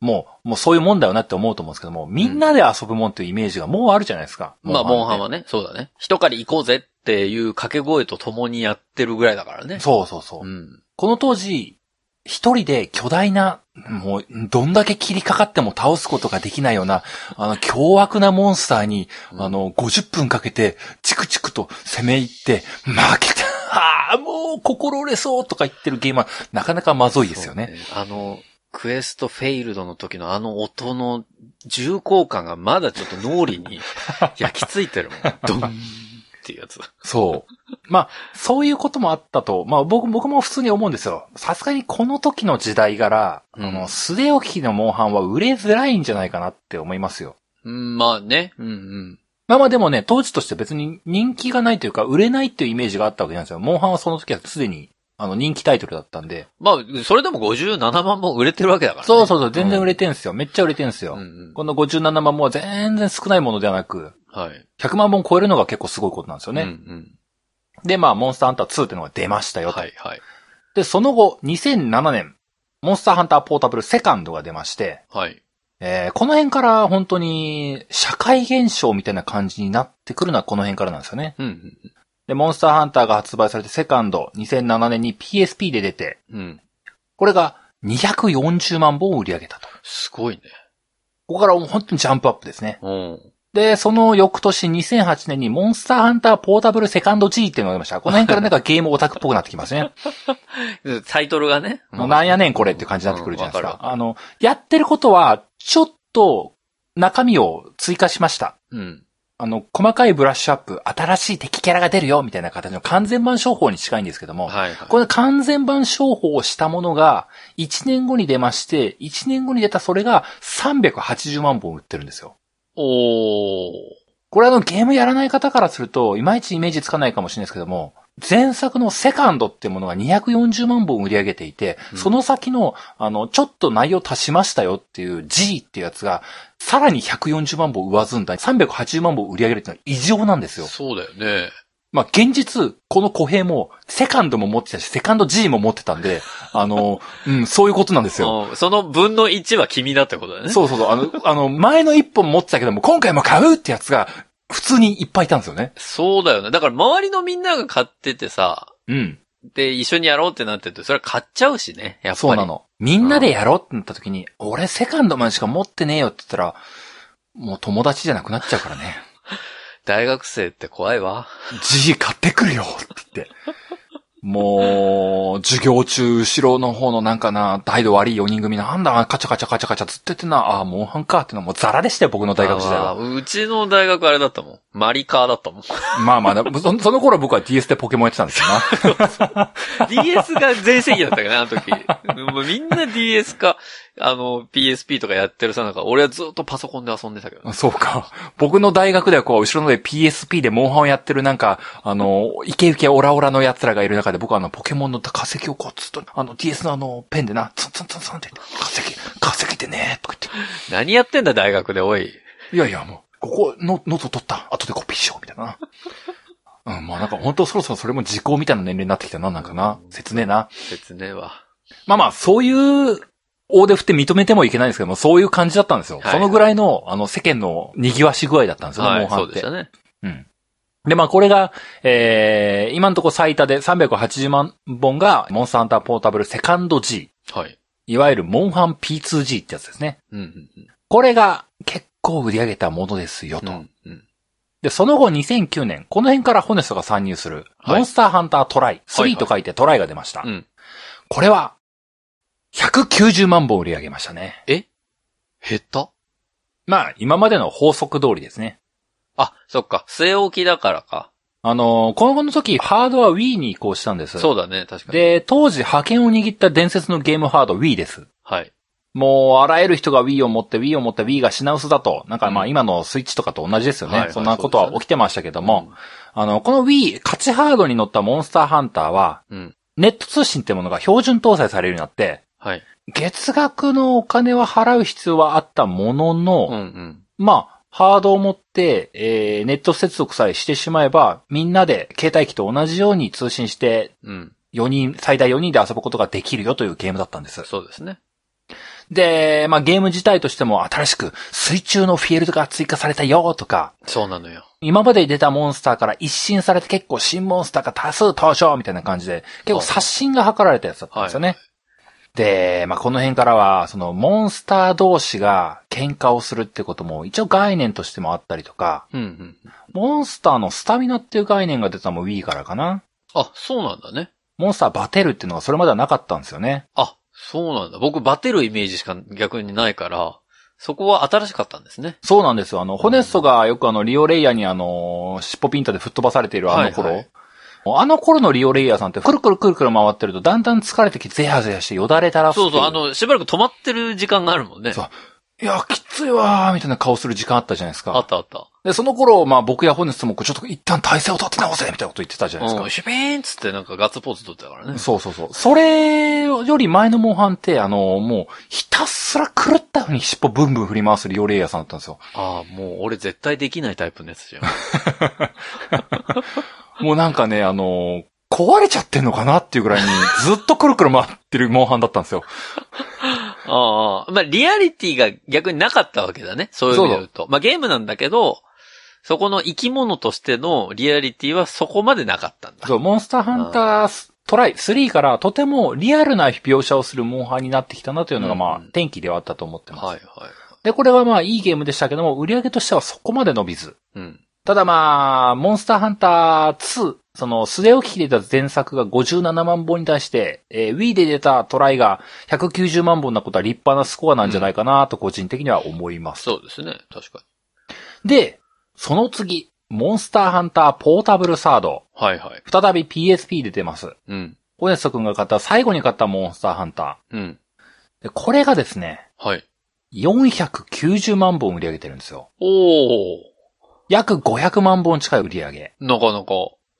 S2: もう、もうそういうもんだよなって思うと思うんですけども、みんなで遊ぶもんっていうイメージがもうあるじゃないですか。
S1: まあ、モンハン
S2: っ
S1: はね、そうだね。一狩り行こうぜっていう掛け声と共にやってるぐらいだからね
S2: て。。そうそうそう。
S1: うん。
S2: この当時、一人で巨大な、もう、どんだけ切りかかっても倒すことができないような、あの、凶悪なモンスターに、
S1: うん
S2: あの、50分かけて、チクチクと攻め入って、負けたあーもう、心折れそうとか言ってるゲームは、なかなかまずいですよね。
S1: そう。あの、クエストフェイルドの時のあの音の重厚感がまだちょっと脳裏 に焼き付いてるもん。ドンっていうやつ。
S2: そう。まあ、そういうこともあったと、まあ僕、僕も普通に思うんですよ。さすがにこの時の時代柄、あ
S1: うん
S2: の、据え置きのモンハンは売れづらいんじゃないかなって思いますよ。
S1: うん、まあね。うんうん。
S2: まあまあでもね、当時として別に人気がないというか、売れないっていうイメージがあったわけなんですよ。モンハンはその時はすでに、あの、人気タイトルだったんで。
S1: まあ、それでも57万本売れてるわけだから、ね。
S2: そうそうそう、全然売れ
S1: て
S2: てんすよ。めっちゃ売れてんす
S1: る
S2: よ。
S1: うんうん。
S2: この57万もは全然少ないものではなく、
S1: はい。
S2: 100万本超えるのが結構すごいことなんですよね。
S1: うんうん。
S2: で、まあ、モンスターハンター2ってのが出ましたよと。
S1: はいはい。
S2: で、その後、2007年、モンスターハンターポータブルセカンドが出まして、
S1: はい。
S2: えー、この辺から本当に社会現象みたいな感じになってくるのはこの辺からなんですよね。
S1: うんうん
S2: で、モンスターハンターが発売されてセカンド、2007年に PSP で出て、
S1: うん。うん。
S2: これが240万本を売り上げたと。
S1: すごいね。
S2: ここから本当にジャンプアップですね。
S1: うん。
S2: で、その翌年2008年にモンスターハンターポータブルセカンド G っていうのが出ました。この辺からなんかゲームオタクっぽくなってきますね。
S1: タイトルがね。
S2: もうなんやねんこれって感じになってくるじゃないで
S1: う
S2: す
S1: ん
S2: か
S1: わ。かる
S2: あの、やってることはちょっと中身を追加しました。
S1: うん。
S2: あの、細かいブラッシュアップ、新しい敵キャラが出るよみたいな形の完全版商法に近いんですけども、
S1: はいはい。
S2: この完全版商法をしたものが、1年後に出まして、1年後に出たそれが380万本売ってるんですよ。
S1: おー。
S2: これあのゲームやらない方からすると、いまいちイメージつかないかもしれないですけども、前作のセカンドってものが240万本売り上げていて、
S1: うん
S2: その先の、あの、ちょっと内容足しましたよっていう G っていうやつが、さらに140万本上積んだ380万本売り上げるっていうのは異常なんですよ。
S1: そうだよね。
S2: まあ、現実、この小平も、セカンドも持ってたし、セカンド G も持ってたんで、あの、うん、そういうことなんですよ。
S1: うんその分の1は君だってことだよね。
S2: そうそうそう、あの、あの、前の一本持ってたけども、今回も買うってやつが、普通にいっぱいいたんですよね。
S1: そうだよね。だから周りのみんなが買っててさ、
S2: うん。
S1: で、一緒にやろうってなってて、それは買っちゃうしね。やっぱり。
S2: そうな。の。みんなでやろうってなった時に、俺セカンドまでしか持ってねえよって言ったら、もう友達じゃなくなっちゃうから ね。
S1: 大学生って怖いわ。
S2: G 買ってくるよって言って。もう、授業中、後ろの方のなんかな、態度悪い4人組なんだ、カチャカチャカチャカチャずっと言ってんな、ああ、モンハンかっていうのはもうザラでしたよ、僕の大学時代
S1: あ
S2: は。
S1: ーうちの大学あれだったもん。マリカーだったもん。
S2: まあまあね、そその頃僕は DS でポケモンやってたんですよな。
S1: DS が全盛期だったからな、あの時。もうみんな DS か、あの、PSP とかやってるさなんか、俺はずっとパソコンで遊んでたけどね。
S2: そうか。僕の大学ではこう、後ろので PSP でモンハンをやってるなんか、あの、イケイケオラオラの奴らがいる中で、僕はあの、ポケモンの化石をこう、ずっと、あの、DS のあの、ペンでな、ツンツンツンツンって、化石、化石ってね、とか言っ
S1: 何やってんだ、大学で、おい。
S2: て。いやいや、もう、ここ、の、喉取った。後でコピーしよう、みたいな。うん、まあなんか本当そろそろそれも時効みたいな年齢になってきたな、なんかな。切ねえな。
S1: 説明は。
S2: まあまあ、そういう、大手振って認めてもいけないんですけども、そういう感じだったんですよ。
S1: はい
S2: そのぐらいの、あの、世間の賑わし具合だったんですよね、
S1: は
S2: モ
S1: い
S2: ン、ハン
S1: そう
S2: って。
S1: でしたね。
S2: うん。で、まあこれが、えー、今のところ最多で380万本が、モンスターハンターポータブルセカンド G。
S1: はい。
S2: いわゆるモンハン P2G ってやつですね。
S1: うんうんうん。
S2: これが結構売り上げたものですよと。
S1: うんうん。
S2: で、その後2009年、この辺からホネストが参入する、
S1: はい
S2: モンスターハンタートライ、
S1: はい
S2: 3と書いてトライが出ました。
S1: うん。
S2: これは、190万本売り上げましたね。
S1: 減った
S2: まあ、今までの法則通りですね。
S1: あ、そっか。据え置きだからか。
S2: あのー、この後の時、ハードは Wii に移行したんです。
S1: そうだね、確かに。
S2: で、当時、覇権を握った伝説のゲームハード Wii です。
S1: はい。
S2: もう、あらゆる人が Wii を持って Wii を持って Wii が品薄だと、なんかまあ
S1: うん
S2: 今のスイッチとかと同じですよね。
S1: はいはい
S2: そんなことは起きてましたけども、
S1: う
S2: あの、この Wii、価値ハードに乗ったモンスターハンターは、
S1: うん。
S2: ネット通信ってものが標準搭載されるようになって、
S1: はい。
S2: 月額のお金は払う必要はあったもの
S1: うんう
S2: の、
S1: ん。
S2: まあ、ハードを持って、えー、ネット接続さえしてしまえば、みんなで携帯機と同じように通信して、
S1: うん。
S2: 4人、最大4人で遊ぶことができるよというゲームだったんです。
S1: そうですね。
S2: で、まあゲーム自体としても新しく水中のフィールドが追加されたよとか、
S1: そうなのよ。
S2: 今まで出たモンスターから一新されて結構新モンスターが多数登場みたいな感じで、結構刷新が図られたやつだったんですよね。で、まあこの辺からは、そのモンスター同士が喧嘩をするってことも一応概念としてもあったりとか、
S1: うんうん。
S2: モンスターのスタミナっていう概念が出たのも Wii からかな。
S1: あ、そうなんだね。
S2: モンスターバテるっていうのがそれまではなかったんですよね。
S1: あ、そうなんだ。僕、バテるイメージしか逆にないから、そこは新しかったんですね。
S2: そうなんですよ。あの、ホネストがよくあの、リオレイヤーにあの、尻尾ピンタで吹っ飛ばされているあの頃。
S1: はいはい
S2: あの頃のリオレイヤーさんって、くるくるくるくる回ってると、だんだん疲れてきて、ゼハゼハして、よだれ垂らすってい
S1: そうそう、あ、の、しばらく止まってる時間があるもんね。
S2: そういや、きついわー、みたいな顔する時間あったじゃないです
S1: あ
S2: か
S1: っ。たあった。
S2: で、その頃、まあ僕やホネストも、こうちょっと一旦体勢を立て直せ、みたいなこと言ってたじゃないです
S1: う
S2: か
S1: ん、。シュピーンっつってなんかガッツポーズ取ってたからね。
S2: そうそうそう。それより前のモンハンって、あの、もう、ひたすら狂ったように尻尾ブンブン振り回すリオレイヤーさんだったんですよ。
S1: ああ、もう俺絶対できないタイプのや つじゃん。
S2: もうなんかね、あの壊れちゃってんのかなっていうぐらいに、ずっとくるくる回ってるモンハンだったん ですよ。
S1: ああ、まあリアリティが逆になかったわけだね。そういう意味で言うと。まあゲームなんだけど、そこの生き物としてのリアリティはそこまでなかったんだ。
S2: そう、モンスターハンタートライ3からとてもリアルな描写をするモンハンになってきたなというのが、まあ
S1: うんうん、
S2: 天気ではあったと思ってます。
S1: はいはい。
S2: で、これはまあ、いいゲームでしたけども、売り上げとしてはそこまで伸びず。
S1: うん。
S2: ただまあ、モンスターハンター2、その、素手を切れた前作が57万本に対して、えー Wii で出たトライが190万本なことは立派なスコアなんじゃないかなと個人的には思います。
S1: そうですね。確かに。
S2: で、その次、モンスターハンターポータブルサード。
S1: はいはい。
S2: 再び PSP で出てます。
S1: うん。
S2: 小安くんが買った、最後に買ったモンスターハンタ
S1: うん。
S2: ー。で、これがですね、
S1: はい。
S2: 490万本売り上げてるんですよ。
S1: おー。
S2: 約500万本近い売り上げ。
S1: なかなか、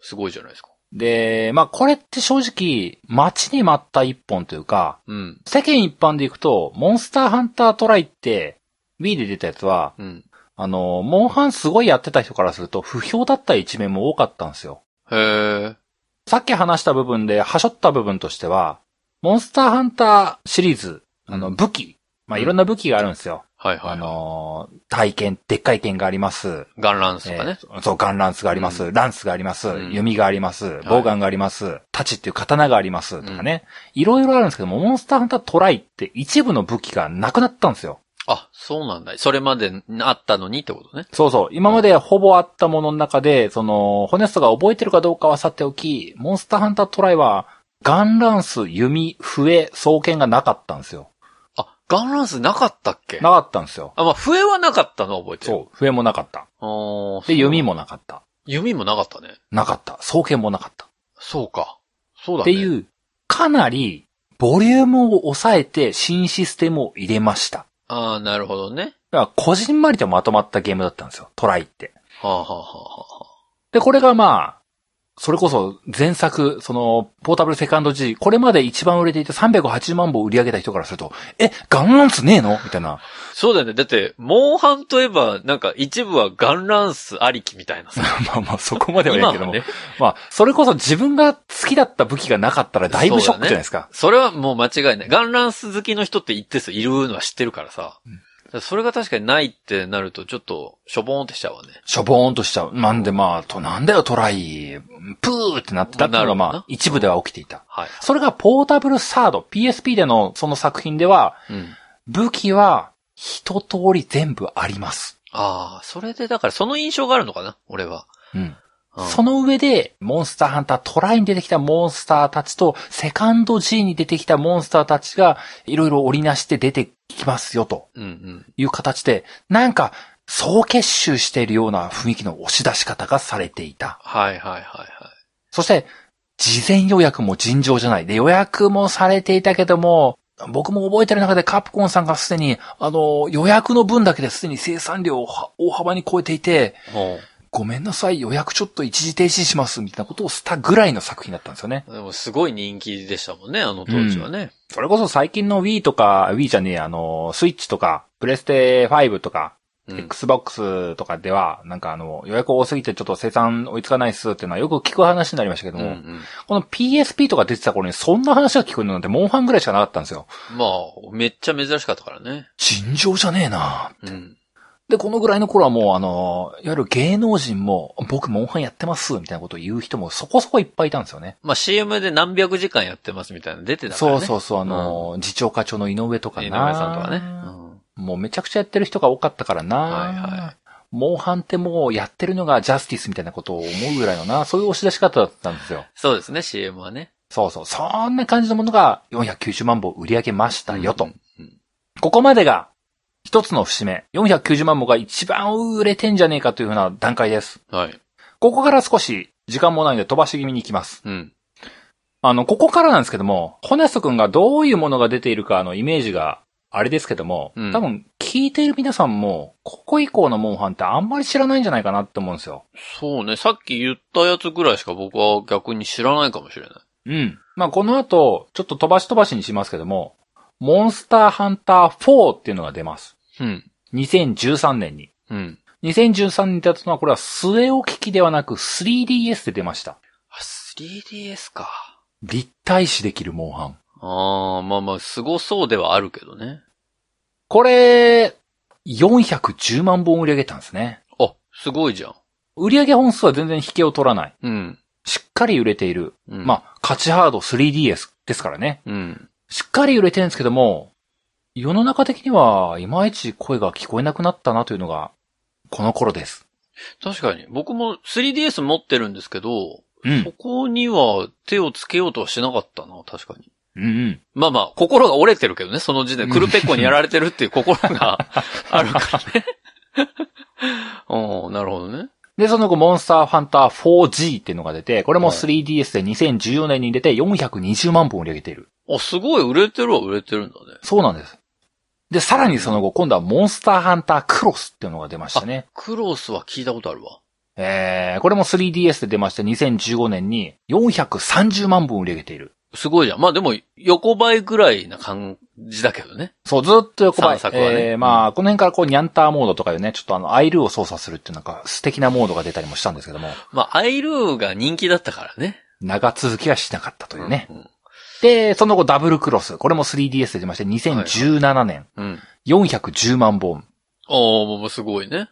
S1: すごいじゃないですか。
S2: で、まあこれって正直、待ちに待った一本というか、
S1: うん。
S2: 世間一般でいくと、モンスターハンタートライって、Wii で出たやつは、
S1: うん。
S2: あの、モンハンすごいやってた人からすると、不評だった一面も多かったんですよ。
S1: へー。
S2: さっき話した部分で、はしょった部分としては、モンスターハンターシリーズ、あ
S1: う
S2: の、
S1: ん
S2: 武器。まあ、
S1: うん
S2: いろんな武器があるんですよ。
S1: はいはい。
S2: あ、のー、体剣、でっかい剣があります。
S1: ガンランスとか
S2: え
S1: ね。
S2: ーそう、ガンランスがあります。ランスがあります。
S1: うん
S2: 弓があります。ボウガンがあります。タチっていう刀があります。とかね。いろいろあるんですけども、モンスターハンタートライって一部の武器がなくなったんですよ。
S1: あ、そうなんだ。それまであったのにってことね。
S2: そうそう。今までほぼあったものの中で、その、ホネストが覚えてるかどうかはさておき、モンスターハンタートライは、ガンランス、弓、笛、双剣がなかったんですよ。
S1: あ、ガンランスなかったっけ
S2: なかったんですよ。
S1: あ、まあ、笛はなかったのは覚えてる。
S2: そう。笛もなかった。
S1: そう。
S2: で、弓。もなかった。
S1: 弓もなかったね。
S2: なかった。双剣もなかった。
S1: そうか。そうだ
S2: っ
S1: ね。
S2: ていう、かなり、ボリュームを抑えて新システムを入れました。
S1: ああ、なるほどね。
S2: だから、こじんまりとまとまったゲームだったんですよ。トライって。
S1: はあ、はあはあはあ、
S2: で、これがまあ、それこそ前作、その、ポータブルセカンド G、これまで一番売れていた380万本売り上げた人からすると、え、ガンランスねえのみたいな。
S1: そうだよね。だって、モンハンといえば、なんか一部はガンランスありきみたいなさ。
S2: まあまあ、そこま ではい
S1: 今
S2: いけ
S1: は
S2: ども。
S1: ね。
S2: まあ、それこそ自分が好きだった武器がなかったらだいぶショックじゃないですか。
S1: それはもう間違いない。ガンランス好きの人って一定数いるのは知ってるからさ。らそれが確かにないってなると、ちょっと、しょぼーんってしちゃうわね。
S2: しょぼーんとしちゃう。なんでまあ、と、なんだよトライ、プーってなってたってい
S1: なる
S2: うのが
S1: ほど
S2: ま
S1: な
S2: あ、一部では起きていた。
S1: はい。
S2: それがポータブルサード、PSP でのその作品では、
S1: うん。
S2: 武器は一通り全部あります。
S1: ああ、それで、だからその印象があるのかな俺は。
S2: うん。
S1: うん
S2: その上で、モンスターハンター、トライに出てきたモンスターたちと、セカンド G に出てきたモンスターたちが、いろいろ織りなして出てきますよ、と
S1: うんうん。
S2: いう形で、なんか、総結集しているような雰囲気の押し出し方がされていた。
S1: はいはいはいはい。
S2: そして、事前予約も尋常じゃない。で、予約もされていたけども、僕も覚えてる中でカプコンさんがすでに、あの、予約の分だけですでに生産量をは大幅に超えていて、
S1: ほ
S2: ごめんなさい、予約ちょっと一時停止します、みたいなことをしたぐらいの作品だったんですよね。
S1: う。でもすごい人気でしたもんね、あの当時はね。
S2: それこそ最近の Wii とか、Wii じゃねえ、あの、スイッチとか、プレステ5とか、
S1: うん。
S2: Xbox とかでは、なんかあの、予約多すぎてちょっと生産追いつかないっすっていうのはよく聞く話になりましたけど
S1: うん
S2: も、
S1: うん
S2: この PSP とか出てた頃にそんな話が聞こえるなんてモンハンぐらいしかなかったんですよ。
S1: まあ、めっちゃ珍しかったからね。
S2: 尋常じゃねえな
S1: うん。
S2: で、このぐらいの頃はもうあの、いわゆる芸能人も、僕モンハンやってます、みたいなことを言う人もそこそこいっぱいいたんですよね。
S1: まあ CM で何百時間やってますみたいなの出てたから
S2: そ
S1: ね。
S2: うそううそう、あの、次長課長の井上とかな。
S1: 井上さんとかね。うん
S2: もうめちゃくちゃやってる人が多かったからな。
S1: はいは
S2: モンハンってもうやってるのがジャスティスみたいなことを思うぐらいのな、そういう押し出し方だったんですよ。
S1: そうですね、CM はね。
S2: そうそう。そんな感じのものが490万本売り上げましたよ
S1: う
S2: と。
S1: んうん
S2: ここまでが一つの節目。490万本が一番売れてんじゃねえかというふうな段階です。
S1: はい。
S2: ここから少し時間もないので飛ばし気味に行きます。
S1: うん。
S2: あの、ここからなんですけども、ホネスト君がどういうものが出ているかのイメージがあれですけども、
S1: うん
S2: 多分聞いている皆さんも、ここ以降のモンハンってあんまり知らないんじゃないかなって思うんですよ。
S1: そうね、さっき言ったやつぐらいしか僕は逆に知らないかもしれない。
S2: うん。まあ、この後、ちょっと飛ばし飛ばしにしますけども、モンスターハンター4っていうのが出ます。
S1: うん。
S2: 2013年に。
S1: うん。
S2: 2013年に出たのは、これは末置き機ではなく 3DS で出ました。
S1: あ 3DS か。
S2: 立体視できるモンハン。
S1: ああ、まあまあ、凄そうではあるけどね。
S2: これ、410万本売り上げたんですね。
S1: あ、すごいじゃん。
S2: 売り上げ本数は全然引けを取らない。
S1: うん。
S2: しっかり売れている。
S1: うん、あ。
S2: まあ、価値ハード 3DS ですからね。
S1: うん。
S2: しっかり売れてるんですけども、世の中的には、いまいち声が聞こえなくなったなというのが、この頃です。
S1: 確かに。僕も 3DS 持ってるんですけど、
S2: う
S1: そ
S2: ん。
S1: こには手をつけようとはしなかったな、確かに。
S2: うんうん。
S1: まあまあ、心が折れてるけどね、その時点で。クルペッコにやられてるっていう心があるからね。 おーなるほどね。
S2: で、その後、モンスターハンター 4G っていうのが出て、これも
S1: はい
S2: 3DS で2014年に出て420万本売り上げている。
S1: あ、すごい、売れてるは売れてるんだね。
S2: そうなんです。で、さらにその後、今度はモンスターハンタークロスっていうのが出ましたね。
S1: クロスは聞いたことあるわ。
S2: えー、これも 3DS で出まして2015年に430万本売り上げている。
S1: すごいじゃん。まあでも、横ばいぐらいな感じだけどね。
S2: そう、ずっと横ばい。
S1: 散策はね
S2: えー、まあ、この辺からこう、ニャンターモードとかいうね、ちょっとあの、アイルーを操作するっていうなんか素敵なモードが出たりもしたんですけども、
S1: まあ、アイルーが人気だったからね。
S2: 長続きはしなかったというね。
S1: うん。
S2: で、その後ダブルクロス。これも 3DS で出まして2017年、
S1: うん。
S2: 410万本。
S1: おー、もうすごいね。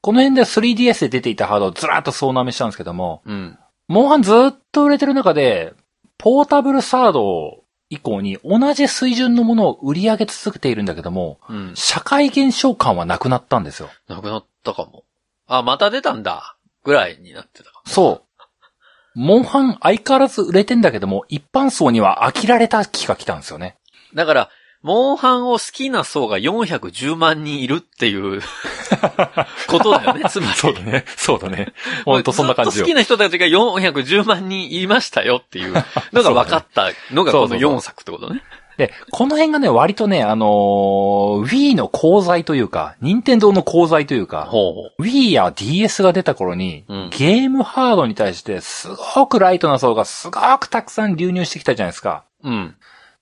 S2: この辺で 3DS で出ていたハードをずらーっと総なめしたんですけども、
S1: うん。
S2: モンハンずーっと売れてる中で、ポータブルサード以降に同じ水準のものを売り上げ続けているんだけども、
S1: うん。
S2: 社会現象感はなくなったんですよ。
S1: なくなったかも。あ、また出たんだ。ぐらいになってたかも。
S2: そう。モンハン相変わらず売れてんだけども、一般層には飽きられた気が来たんですよね。
S1: だから、モンハンを好きな層が410万人いるっていう ことだよね、つまり。
S2: だね。そうだ ね。
S1: ずっと好きな人たちが410万人いましたよ っていうのが分かったのが
S2: そ
S1: こ
S2: うだ
S1: の
S2: ね
S1: 4作ってことね。
S2: で、この辺がね、割とね、あのー Wii の功罪というか、任天堂の功罪というか、
S1: ほうほう。
S2: Wii や DS が出た頃に、
S1: うん
S2: ゲームハードに対してすごくライトな層がすごくたくさん流入してきたじゃないですか。
S1: うん。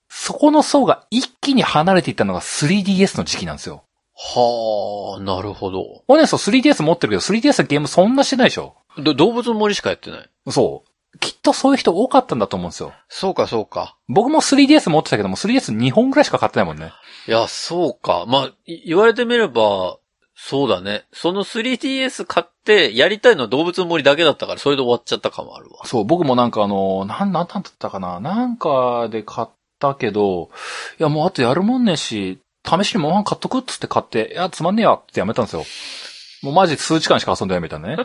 S2: そこの層が一気に離れていったのが 3DS の時期なんですよ。
S1: はあ、なるほど。
S2: ホネスト 3DS 持ってるけど、3DS はゲームそんなしてないでしょ
S1: ど動物の森しかやってない。
S2: そう。きっとそういう人多かったんだと思うんですよ。
S1: そうか、そうか。
S2: 僕も 3DS 持ってたけども、3DS2 本ぐらいしか買ってないもんね。
S1: いや、そうか。まあ、い言われてみれば、そうだね。その 3DS 買って、やりたいのは動物の森だけだったから、それで終わっちゃった感はあるわ。
S2: そう、僕もなんかあの、なん、なんなんだったかななんかで買ったけど、いやもうあとやるもんねえし、試しにモンハン買っとくっつって買って、いや、つまんねえやってやめたんですよ。もうマジ数時間しか遊んでないみたい なね。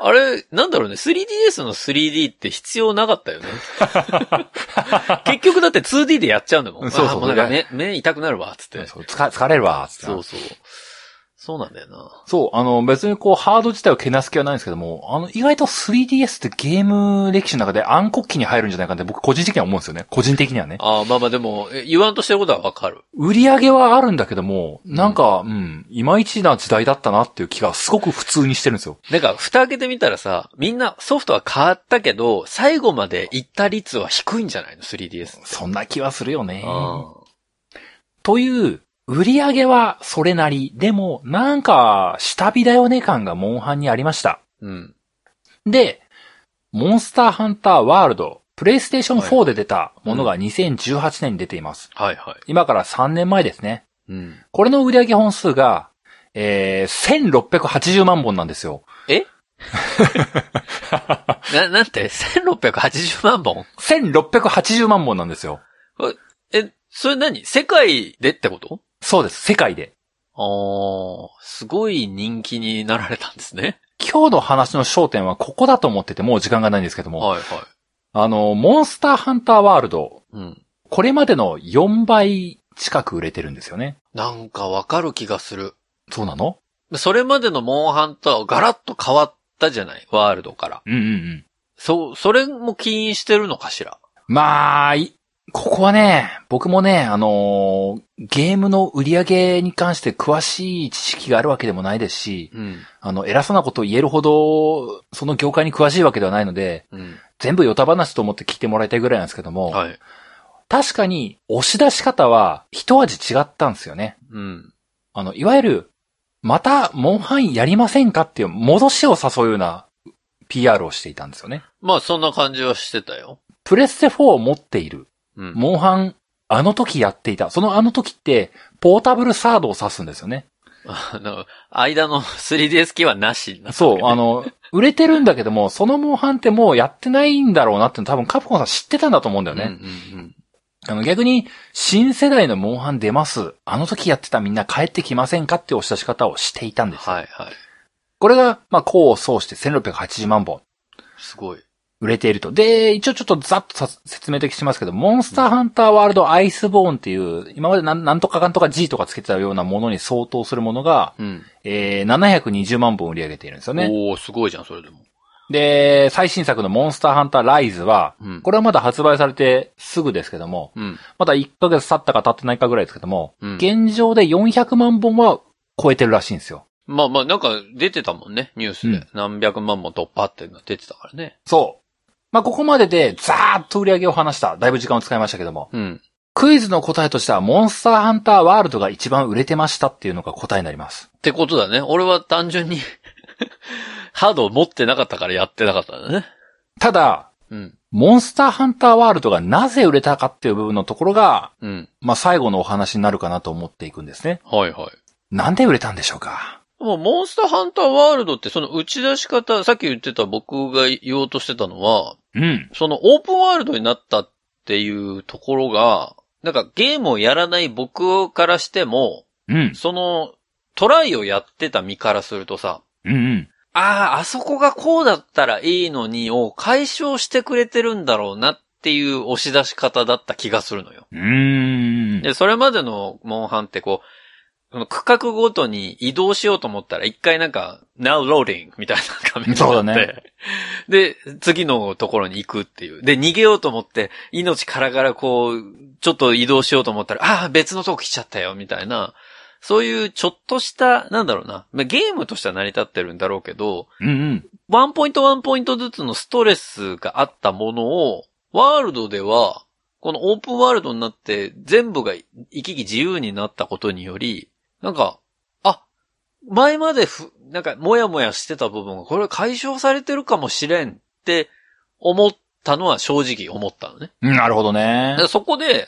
S1: あれ、なんだろうね。3DS の 3D って必要なかったよ ね。結局だって 2D でやっちゃうんだも。
S2: うんそうそう
S1: あーもうなんか目、目痛くなるわ、つって。
S2: そう疲疲れるわ、つって。
S1: そうそう。そうなんだよな。
S2: そう、あの、別にこう、ハード自体をけなす気はないんですけども、あの、意外と 3DS ってゲーム歴史の中で暗黒期に入るんじゃないかって僕個人的には思うんですよね。個人的にはね。
S1: ああ、まあまあでも、え言わんとしてることはわかる。
S2: 売り上げはあるんだけども、なんか、うん、いまいちな時代だったなっていう気がすごく普通にしてるんですよ。
S1: なんか、蓋開けてみたらさ、みんなソフトは変わったけど、最後まで行った率は低いんじゃないの ?3DS。
S2: そんな気はするよね。
S1: あ
S2: という、売り上げはそれなり。でも、なんか、下火だよね感がモンハンにありました。
S1: ーうん。
S2: で、モンスターハンターワールド、プレイステーション
S1: はい
S2: 4で出たものが2018年に出ています。
S1: はいは
S2: 今から3年前ですね。
S1: い。うん。
S2: これの売り上げ本数が、えー、1680万本なんですよ。
S1: な、なんて、1680万本
S2: 1680万本なんですよ。
S1: え、それ何世界でってこと
S2: そうです。世界で。
S1: ああ、すごい人気になられたんですね。
S2: 今日の話の焦点はここだと思っててもう時間がないんですけども、
S1: はいは
S2: あの、モンスターハンターワールド、
S1: い。うん。
S2: これまでの4倍近く売れてるんですよね。
S1: なんかわかる気がする。
S2: そうなの
S1: それまでのモンハンとはガラッと変わったじゃないワールドから。
S2: うんうんうん。
S1: そう、それも起因してるのかしら
S2: まあ、いここはね、僕もね、あのーゲームの売り上げに関して詳しい知識があるわけでもないですし、
S1: うん。
S2: あの、偉そうなことを言えるほど、その業界に詳しいわけではないので、
S1: うん。
S2: 全部ヨタ話と思って聞いてもらいたいぐらいなんですけども、
S1: はい。
S2: 確かに押し出し方は一味違ったんですよね。
S1: うん。
S2: あの、いわゆる、また、モンハンやりませんかっていう戻しを誘うような PR をしていたんですよね。
S1: まあ、そんな感じはしてたよ。
S2: プレステ4を持っている。
S1: うん。
S2: モンハン、あの時やっていた。そのあの時って、ポータブルサードを指すんですよね。
S1: あの、間の 3DS 機はなしになったわ
S2: そ
S1: け
S2: う、あの、売れてるんだけども、そのモンハンってもうやってないんだろうなっていうの多分カプコンさん知ってたんだと思うんだよね。
S1: ね。うんうんうん。
S2: あの逆に、新世代のモンハン出ます。あの時やってたみんな帰ってきませんかって押し出し方をしていたんです。
S1: はいはい。
S2: これが、まあ、功を奏して1680万本
S1: すごい。
S2: 売れていると。で、一応ちょっとざっとさ説明的しますけど、モンスターハンターワールドアイスボーンっていう、今までなんなんとかかんとか G とかつけてたようなものに相当するものが、
S1: うん。
S2: えー、720万本売り上げているんですよね。
S1: おー、すごいじゃん、それでも。
S2: で、最新作のモンスターハンターライズは、
S1: うん。
S2: これはまだ発売されてすぐですけども、
S1: うん。
S2: まだ1ヶ月経ったか経ってないかぐらいですけども、
S1: うん。
S2: 現状で400万本は超えてるらしいんですよ。
S1: まあまあ、なんか出てたもんね、ニュース
S2: う
S1: で
S2: ん。
S1: 何百万も突破っていうの出てたからね。
S2: そう。まあ、ここまででザーッと売り上げを話した。だいぶ時間を使いましたけども。
S1: うん。
S2: クイズの答えとしては、モンスターハンターワールドが一番売れてましたっていうのが答えになります。
S1: ってことだね。俺は単純に、 ハードを持ってなかったからやってなかったんだね。
S2: ただ、
S1: うん。
S2: モンスターハンターワールドがなぜ売れたかっていう部分のところが、
S1: うん。
S2: まあ、最後のお話になるかなと思っていくんですね。
S1: はいはい。
S2: なんで売れたんでしょうか
S1: もう、モンスターハンターワールドってその打ち出し方、さっき言ってた僕が言おうとしてたのは、
S2: うん。
S1: そのオープンワールドになったっていうところが、なんかゲームをやらない僕からしても、
S2: うん。
S1: そのトライをやってた身からするとさ、
S2: うんうん。
S1: ああ、あそこがこうだったらいいのにを解消してくれてるんだろうなっていう押し出し方だった気がするのよ。
S2: うーん。
S1: で、それまでのモンハンってこう、その区画ごとに移動しようと思ったら一回なんか、now loading みたいな画面になって。
S2: そうだね
S1: で、次のところに行くっていう。で、逃げようと思って、命からからこう、ちょっと移動しようと思ったら、ああ、別のとこ来ちゃったよ、みたいな。そういうちょっとした、なんだろうな。まあゲームとしては成り立ってるんだろうけど、
S2: うんうん。
S1: ワンポイントワンポイントずつのストレスがあったものを、ワールドでは、このオープンワールドになって全部が行き来自由になったことにより、なんか、あ、前までふ、なんか、もやもやしてた部分がこれ解消されてるかもしれんっって思ったのは正直思ったのね。
S2: うんなるほどね
S1: だか。らそこで、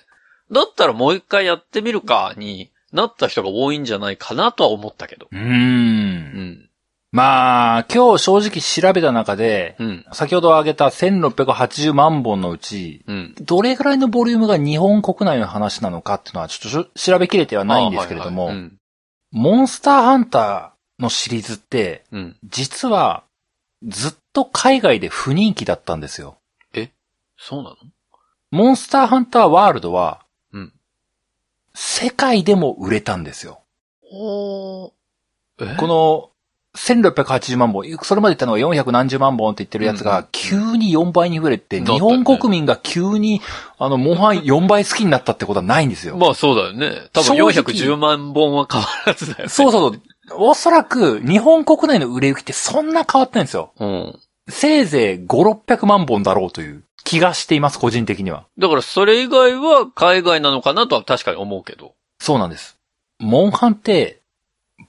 S1: だったらもう一回やってみるかになった人が多いんじゃないかなとは思ったけど。
S2: う。
S1: うんん。
S2: まあ、今日正直調べた中で、
S1: うん。
S2: 先ほど挙げた1680万本のうち、
S1: うん。
S2: どれぐらいのボリュームが日本国内の話なのかっていうのはちょっとしょ調べきれてはないんですけれども、
S1: あはいはい
S2: モンスターハンターのシリーズって、
S1: うん。うん。
S2: 実はずっと海外で不人気だったんですよ。
S1: そうなの
S2: モンスターハンターワールドは、
S1: うん
S2: 世界でも売れたんですよ。
S1: おー。え
S2: この、1680万本、それまで言ったのが400何十万本って言ってるやつ
S1: うん
S2: が、急に4倍に増えて、
S1: だった
S2: 日
S1: よね
S2: 本国民が急に、あの、モンハン4倍好きになったってことはないんですよ。
S1: まあそうだよね。多分
S2: 正直
S1: 410万本は変わらずだよね。
S2: そうそうそう。おそらく、日本国内の売れ行きってそんな変わってないんですよ。
S1: うん。
S2: せいぜい5、600万本だろうという気がしています、個人的には。
S1: だからそれ以外は海外なのかなとは確かに思うけど。
S2: そうなんです。モンハンって、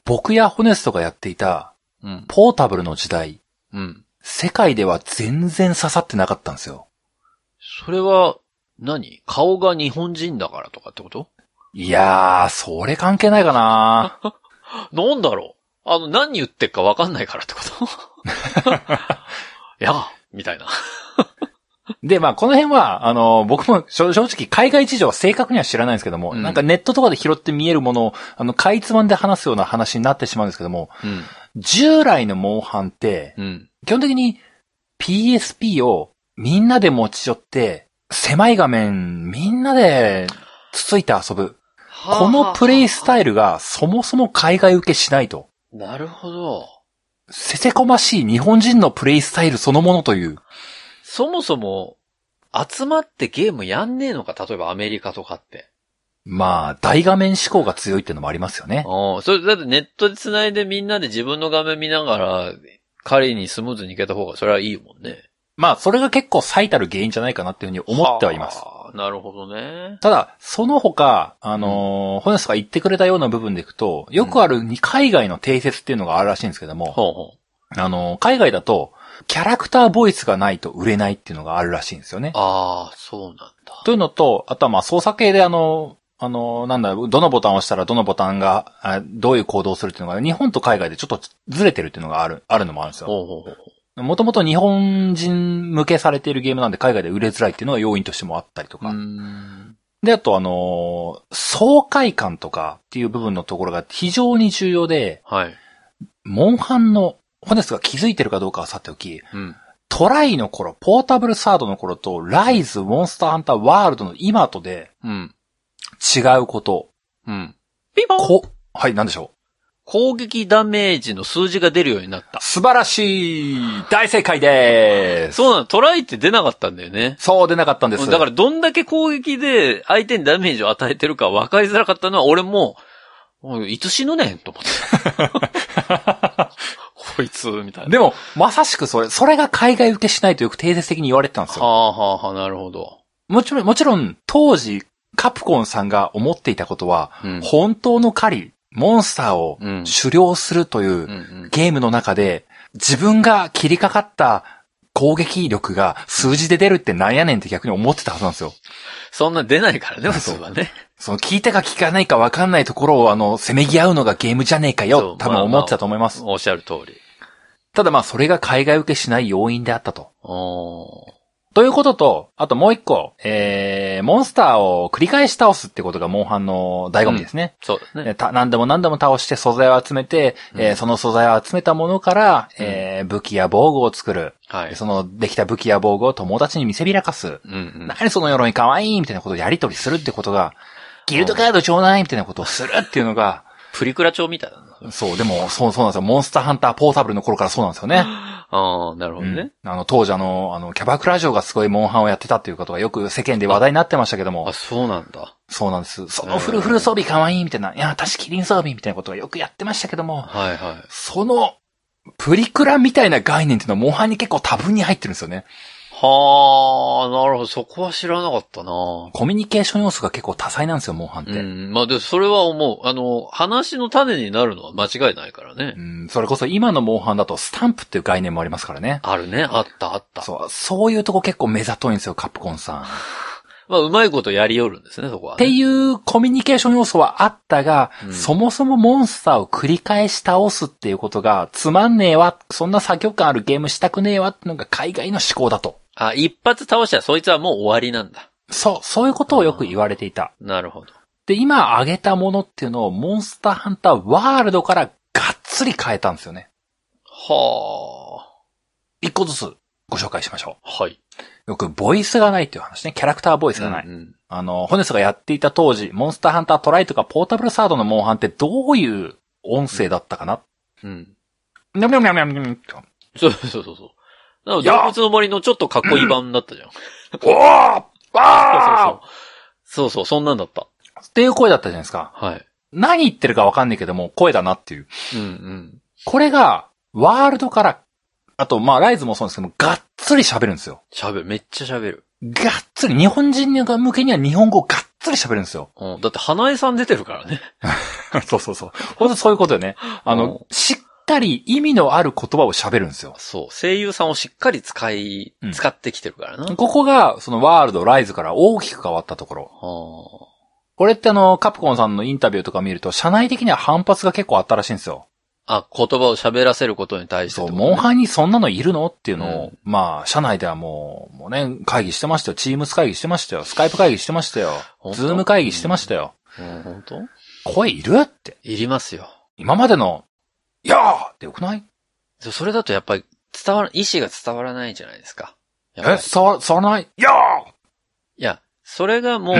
S2: 僕やホネストがやっていた、
S1: うん。
S2: ポータブルの時代、
S1: うん。
S2: 世界では全然刺さってなかったんですよ。
S1: それは何、顔が日本人だからとかってこと
S2: いやー、それ関係ないかな
S1: なんだろうあの、何言ってっかわかんないからって こといや、みたいな。
S2: で、まあ、この辺は、あの、僕も正正直、海外事情は正確には知らないんですけども、
S1: うん
S2: なんかネットとかで拾って見えるものを、あの、かいつまんで話すような話になってしまうんですけども、
S1: うん。
S2: 従来のモンハンって、
S1: うん。
S2: 基本的に PSP をみんなで持ち寄って、狭い画面、みんなで、つついて遊ぶ。このプレイスタイルが、そもそも海外受けしないと。
S1: なるほど。
S2: せせこましい日本人のプレイスタイルそのものという。
S1: そもそも、集まってゲームやんねえのか例えばアメリカとかって。
S2: まあ、大画面思考が強いってのもありますよね。
S1: うん。それ、だってネットで繋いでみんなで自分の画面見ながら、彼にスムーズにいけた方がそれはいいもんね。
S2: まあ、それが結構最たる原因じゃないかなっていうふうに思ってはいます。
S1: あー。なるほどね。
S2: ただ、その他、あのー、ホネスが言ってくれたような部分でいくと、よくあるに海外の定説っていうのがあるらしいんですけども、
S1: ほうほう。
S2: あのー、海外だと、キャラクターボイスがないと売れないっていうのがあるらしいんですよね。
S1: ああ、そうなんだ。
S2: というのと、あとはまあ操作系であの、あの、なんだろう、どのボタンを押したらどのボタンが、あどういう行動をするっていうのが、日本と海外でちょっとずれてるっていうのがある、あるのもあるんですよ。
S1: ほうほうほう。
S2: もともと日本人向けされているゲームなんで海外で売れづらいっていうのが要因としてもあったりとか。
S1: うん。
S2: で、あとあのー爽快感とかっていう部分のところが非常に重要で、
S1: はい。
S2: モンハンの、ホネスが気づいてるかどうかはさておき、
S1: うん。
S2: トライの頃、ポータブルサードの頃と、ライズ、モンスターハンター、ワールドの今とで
S1: うん。
S2: 違うこと、
S1: うん。ピンポン
S2: こ、はい、なんでしょ
S1: 攻撃ダメージの数字が出るようになった
S2: う。。素晴らしい大正解です
S1: そうなの、トライって出なかったんだよね。
S2: そう出なかったんです。
S1: だからどんだけ攻撃で相手にダメージを与えてるか分かりづらかったのは俺も、もういつ死ぬねんと思って。 こいつ、みたいな。
S2: でも、まさしくそれ、それが海外受けしないとよく定説的に言われてたんです
S1: は
S2: よ。
S1: あはあはあ、なるほど。
S2: もちろん、もちろん、当時、カプコンさんが思っていたことは、
S1: うん。
S2: 本当の狩り、モンスターを
S1: うん
S2: 狩猟するという
S1: うんうん
S2: ゲームの中で、自分が切りかかった攻撃力が数字で出るってなんやねんって逆に思ってたはずなんですよ。
S1: そんな出ないからね、普通はね。
S2: その聞いたか聞かないか分かんないところをあの、せめぎ合うのがゲームじゃねえか
S1: そう
S2: よ、多
S1: まあ
S2: 分思ってたと思います。
S1: おっしゃる通り。
S2: ただまあ、それが海外受けしない要因であったと。
S1: おー
S2: ということと、あともう一個、えー、モンスターを繰り返し倒すってことがモンハンの醍醐味ですね。
S1: そうだね。
S2: えーた何でも何でも倒して素材を集めて、えー
S1: うん
S2: その素材を集めたものから、えー武器や防具を作る。
S1: はい。
S2: そのできた武器や防具を友達に見せびらかす。
S1: うんうん。
S2: 何その鎧可愛いみたいなことをやりとりするってことが、ギルドカードちょうだいみたいなことをするっていうのが、
S1: プリクラ帳みたいだな。
S2: そう、でも、そう、そうなんですよ。モンスターハンターポータブルの頃からそうなんですよね。
S1: ああ、なるほどね。
S2: うんあの、当時あの、あの、キャバクラ嬢がすごいモンハンをやってたっていうことがよく世間で話題になってましたけども
S1: あ、、そうなんだ。
S2: そうなんです。そのフルフル装備可愛いみたいな、いや、私キリン装備みたいなことがよくやってましたけども、
S1: はいはい。
S2: その、プリクラみたいな概念っていうのはモンハンに結構多分に入ってるんですよね。
S1: はあ、なるほど。そこは知らなかったな
S2: コミュニケーション要素が結構多彩なんですよ、モンハンって。
S1: う
S2: うん
S1: ん。まあ、で、それは思う。あの、話の種になるのは間違いないからね。
S2: それこそ今のモンハンだとスタンプっていう概念もありますからね。
S1: あるね。あった、あった。
S2: そう、そういうとこ結構目ざといんですよ、カプコンさん。っ
S1: まあ、うまいことやりよるんですね、そこは、
S2: て
S1: ね。
S2: いうコミュニケーション要素はあったが、
S1: うん
S2: そもそもモンスターを繰り返し倒すっていうことが、つまんねえわ、そんな作業感あるゲームしたくねえわってのが海外の思考だと。
S1: あ、一発倒したらそいつはもう終わりなんだ。
S2: そう、そういうことをよく言われていた。
S1: なるほど。
S2: で、今挙げたものっていうのをモンスターハンターワールドからがっつり変えたんですよね。
S1: は
S2: 一個ずつご紹介しましょ
S1: あ。はい。
S2: う。よくボイスがないっていう話ね。キャラクターボイスがない。
S1: うんうん
S2: あの、ホネスがやっていた当時、モンスターハンタートライとかポータブルサードのモンハンってどういう音声だったかな、
S1: うん。
S2: にゃみょみょみょみょみょって
S1: そうそうそうそう。なんか動物の森のちょっとかっこいい版だったじゃん。
S2: おー
S1: そうそ
S2: わー
S1: うそう。そうそう、そんなんだった。
S2: っていう声だったじゃないですか。
S1: はい。
S2: 何言ってるかわかんないけども、声だなっていう。
S1: うんうん。
S2: これが、ワールドから、あと、まあ、ライズもそうですけども、がっつり喋るんですよ。
S1: 喋る。めっちゃ喋る。
S2: がっつり、日本人向けには日本語をがっつり喋るんですよ。
S1: うん。だって、花江さん出てるからね。
S2: そうそうそう。ほんとそういうことよね。あの、しっかり意味のある言葉を喋るんですよ。
S1: そう。声優さんをしっかり使い
S2: うん、
S1: 使ってきてるからな。
S2: ここが、そのワールド、ライズから大きく変わったところ。
S1: は
S2: これってあの、カプコンさんのインタビューとか見ると、社内的には反発が結構あったらしいんですよ。
S1: あ。あ、言葉を喋らせることに対して
S2: そ
S1: って
S2: う、
S1: ことね、
S2: モンハンにそんなのいるのっていうのを、
S1: う
S2: まあ、社内ではもう、もうね、会議してましたよ。チームス会議してましたよ。スカイプ会議してましたよ
S1: 本。当
S2: ズーム会議してましたよ。
S1: うん、本当
S2: 声いるって。
S1: いりますよ。
S2: 今までの、いやーってよくない
S1: そそれだとやっぱり伝わら、意思が伝わらないじゃないですか。やっぱ
S2: え
S1: り
S2: 触ら、触らないいやー
S1: いや、それがもう、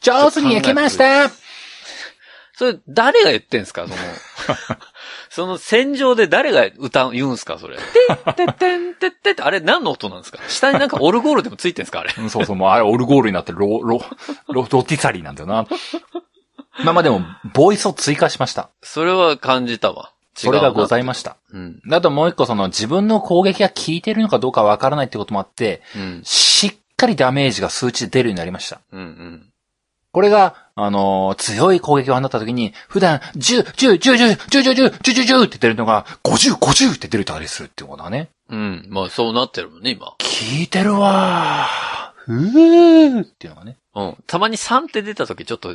S2: 上手に焼けました
S1: それ誰が言ってんすかその、 その戦場で誰が歌う、言うんすかそれ。てんてってんてってって、あれ何の音なんですか下になんかオルゴールでもついてんすかあれ。
S2: うんそうそう、もうあれオルゴールになってロ、ロ、 ロ、ロティサリーなんだよな。まあまあでも、ボイスを追加しました。
S1: それは感じたわ。違う
S2: それがございました。
S1: た。うん。
S2: あともう一個その自分の攻撃が効いてるのかどうかわからないってこともあって、
S1: うん。
S2: しっかりダメージが数値で出るようになりました。
S1: うんうん。
S2: これが、あのー強い攻撃を放った時に、普段、10、10、10、10、10、10、10、10、10って出るのが、50、50って出るたりするってことだね。
S1: うん。まあそうなってるもんね、今。
S2: 効いてるわー。ふーっていうのがね。
S1: うん。たまに3って出た時ちょっと、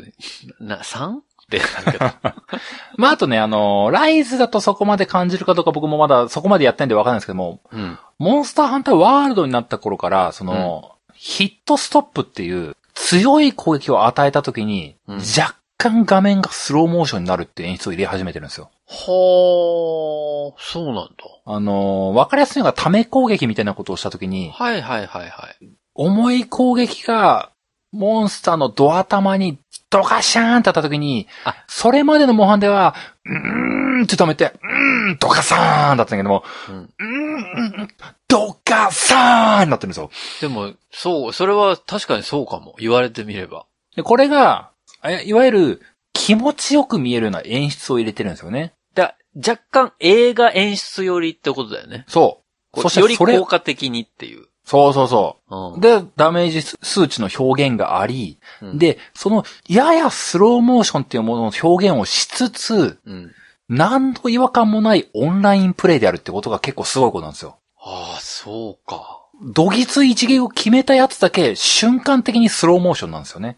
S1: な、3? ってなるけど。
S2: まあ、あとね、あのーライズだとそこまで感じるかどうか僕もまだそこまでやってないんでわかんないですけども、
S1: うん。
S2: モンスターハンターワールドになった頃から、その、ヒットストップっていう強い攻撃を与えた時に、
S1: うん
S2: 若干画面がスローモーションになるって演出を入れ始めてるんですよ。
S1: はあ、そうなんだ。
S2: あのーわかりやすいのがため攻撃みたいなことをした時に、
S1: はいはいはいはい。
S2: 重い攻撃が、モンスターのド頭にドカシャーンって当たった時に
S1: あ、
S2: それまでのモンハンでは、うーんって止めて、うーん、ドカサーンだったんだけども、
S1: うん。
S2: うーん、ドカサーンになってるんですよ。
S1: でも、そう、それは確かにそうかも。言われてみれば。
S2: で、これが、えいわゆる気持ちよく見えるような演出を入れてるんですよね。
S1: だ、若干映画演出寄りってことだよね。
S2: そう。
S1: こ
S2: そし
S1: う
S2: て
S1: より
S2: それ
S1: 効、果的にっていう。
S2: そうそうそうう。
S1: ん。
S2: で、ダメージ数値の表現があり、
S1: うん、
S2: で、その、ややスローモーションっていうものの表現をしつつ、
S1: うん。
S2: 何の違和感もないオンラインプレイであるってことが結構すごいことなんですよ。
S1: ああ、そうか。
S2: どぎつい一撃を決めたやつだけ瞬間的にスローモーションなんですよね。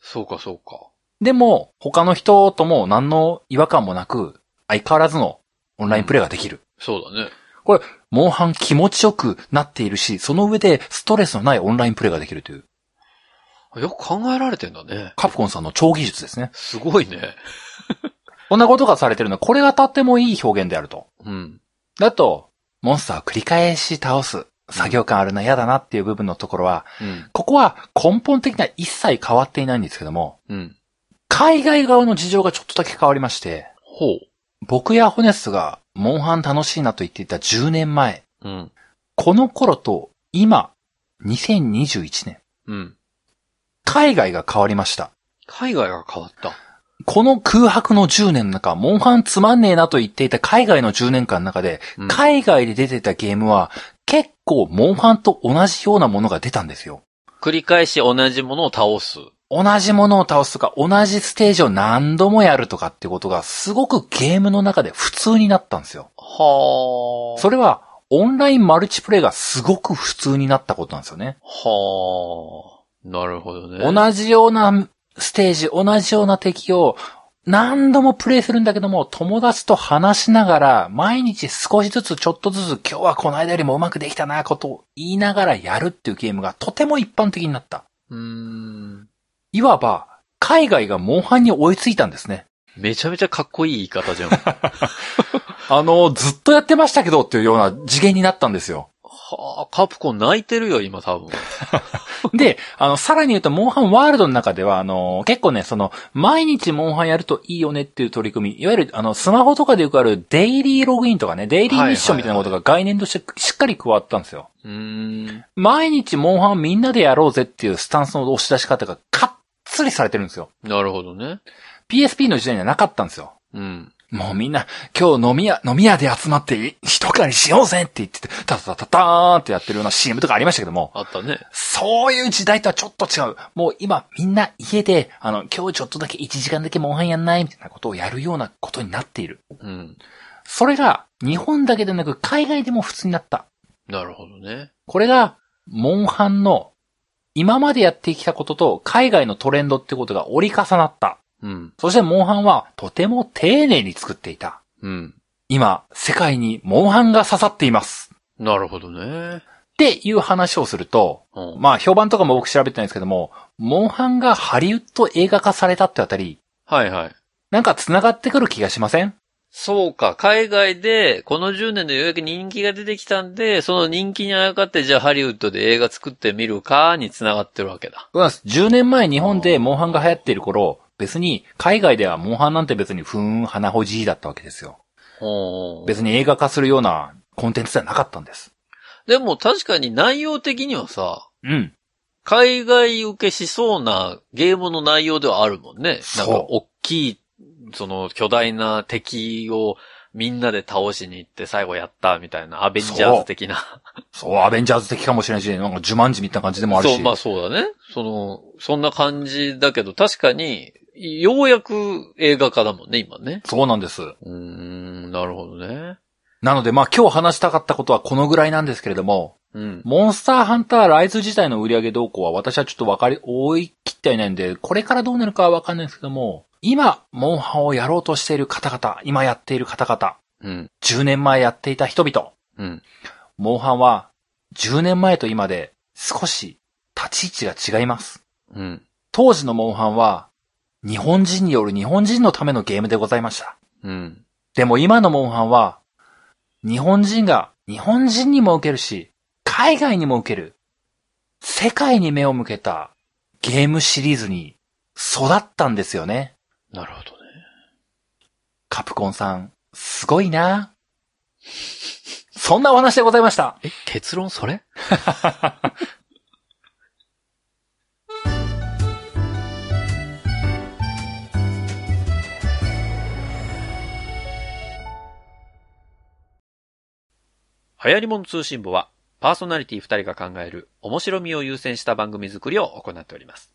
S1: そうか、そうか。
S2: でも、他の人とも何の違和感もなく、相変わらずのオンラインプレイができる。
S1: そうだね。
S2: モンハン気持ちよくなっているし、その上でストレスのないオンラインプレイができるという、
S1: よく考えられてんだね。
S2: カプコンさんの超技術ですね。
S1: すごいね。
S2: こんなことがされてるのは、これがとってもいい表現であると。
S1: うん。
S2: だと、モンスターを繰り返し倒す、作業感あるな、嫌だなっていう部分のところは、
S1: うん。
S2: ここは根本的には一切変わっていないんですけども、
S1: うん。
S2: 海外側の事情がちょっとだけ変わりまして、
S1: ほう。
S2: 僕やホネスがモンハン楽しいなと言っていた10年前、
S1: うん。
S2: この頃と今、2021年、
S1: うん。
S2: 海外が変わりました。
S1: 海外が変わった。
S2: この空白の10年の中、モンハンつまんねえなと言っていた海外の10年間の中で、
S1: うん
S2: 海外で出てたゲームは結構、モンハンと同じようなものが出たんですよ。
S1: 繰り返し同じものを倒す。
S2: 同じものを倒すとか、同じステージを何度もやるとかってことが、すごくゲームの中で普通になったんですよ。
S1: はあ。
S2: それは、オンラインマルチプレイがすごく普通になったことなんですよね。
S1: はあ。なるほどね。
S2: 同じようなステージ、同じような敵を何度もプレイするんだけども、友達と話しながら、毎日少しずつちょっとずつ今日はこの間よりもうまくできたな、ことを言いながらやるっていうゲームがとても一般的になった。
S1: うーん。
S2: いわば、海外がモンハンに追いついたんですね。
S1: めちゃめちゃかっこいい言い方 じゃん。
S2: あの、ずっとやってましたけどっていうような次元になったんですよ。
S1: はあ、カプコン泣いてるよ、今多分。
S2: で、あの、さらに言うと、モンハンワールドの中では、あの、結構ね、その、毎日モンハンやるといいよねっていう取り組み、いわゆる、あの、スマホとかでよくある、デイリーログインとかね、デイリーミッションみたいなことが概念としてしっかり加わったんですよ。
S1: うーん。
S2: 毎日モンハンみんなでやろうぜっていうスタンスの押し出し方が、かっつりされてるんですよ。
S1: なるほどね。
S2: PSP の時代にはなかったんですよ。
S1: うん。
S2: もうみんな、今日飲み屋、飲み屋で集まってい、一狩りしようぜって言ってて、タタタタターンってやってるような CM とかありましたけども、
S1: あったね。
S2: そういう時代とはちょっと違う。もう今みんな家で、あの、今日ちょっとだけ1時間だけモンハンやんないみたいなことをやるようなことになっている。
S1: うん。
S2: それが日本だけでなく海外でも普通になった。
S1: なるほどね。
S2: これが、モンハンの今までやってきたことと海外のトレンドってことが折り重なった。
S1: うん。
S2: そしてモンハンはとても丁寧に作っていた。
S1: うん。
S2: 今、世界にモンハンが刺さっています。
S1: なるほどね。
S2: っていう話をすると、
S1: うん。
S2: まあ、評判とかも僕調べてないんですけども、モンハンがハリウッド映画化されたってあたり、
S1: はいはい。
S2: なんか繋がってくる気がしません
S1: そうか、海外で、この10年でようやく人気が出てきたんで、その人気にあやかって、じゃあハリウッドで映画作ってみるか、に繋がってるわけだ。
S2: そうなんです。10年前日本でモンハンが流行っている頃、別に海外ではモンハンなんて別にふーん、鼻ほじいだったわけですよ。
S1: うん。
S2: 別に映画化するようなコンテンツではなかったんです。
S1: でも確かに内容的にはさ、
S2: うん。
S1: 海外受けしそうなゲームの内容ではあるもんね。なんか
S2: そう
S1: 大きい、その巨大な敵をみんなで倒しに行って最後やったみたいな、アベンジャーズ的な。
S2: そう、アベンジャーズ的かもしれないし、なんかジュマンジみたいな感じでもあるし。
S1: そう、まあそうだね。その、そんな感じだけど、確かに、ようやく映画化だもんね、今ね。
S2: そうなんです。
S1: うーん、なるほどね。
S2: なので、まあ今日話したかったことはこのぐらいなんですけれども、
S1: うん。
S2: モンスターハンターライズ自体の売り上げ動向は私はちょっとわかり、追い切ってはいないんで、これからどうなるかはわかんないですけども、今、モンハンをやろうとしている方々、今やっている方々、
S1: うん。
S2: 10年前やっていた人々、
S1: うん。
S2: モンハンは10年前と今で少し立ち位置が違います。
S1: うん。
S2: 当時のモンハンは日本人による日本人のためのゲームでございました。
S1: うん。
S2: でも今のモンハンは、日本人が日本人にも受けるし、海外にも受ける、世界に目を向けたゲームシリーズに育ったんですよね。
S1: なるほどね。
S2: カプコンさん、すごいな。そんなお話でございました。
S1: え、結論それ流行り物通信簿は、パーソナリティ2人が考える面白みを優先した番組作りを行っております。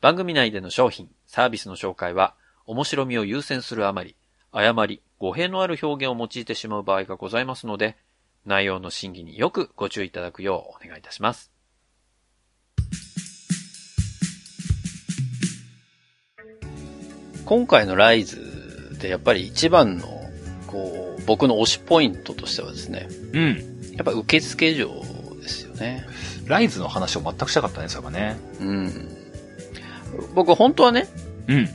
S1: 番組内での商品、サービスの紹介は、面白みを優先するあまり、誤り、語弊のある表現を用いてしまう場合がございますので、内容の審議によくご注意いただくようお願いいたします。今回のライズでやっぱり一番のこう僕の推しポイントとしてはですね、
S2: うん。
S1: やっぱ受付嬢ですよね。
S2: ライズの話を全くしたかったね、そういえばね。
S1: うん。僕本当はね、
S2: うん。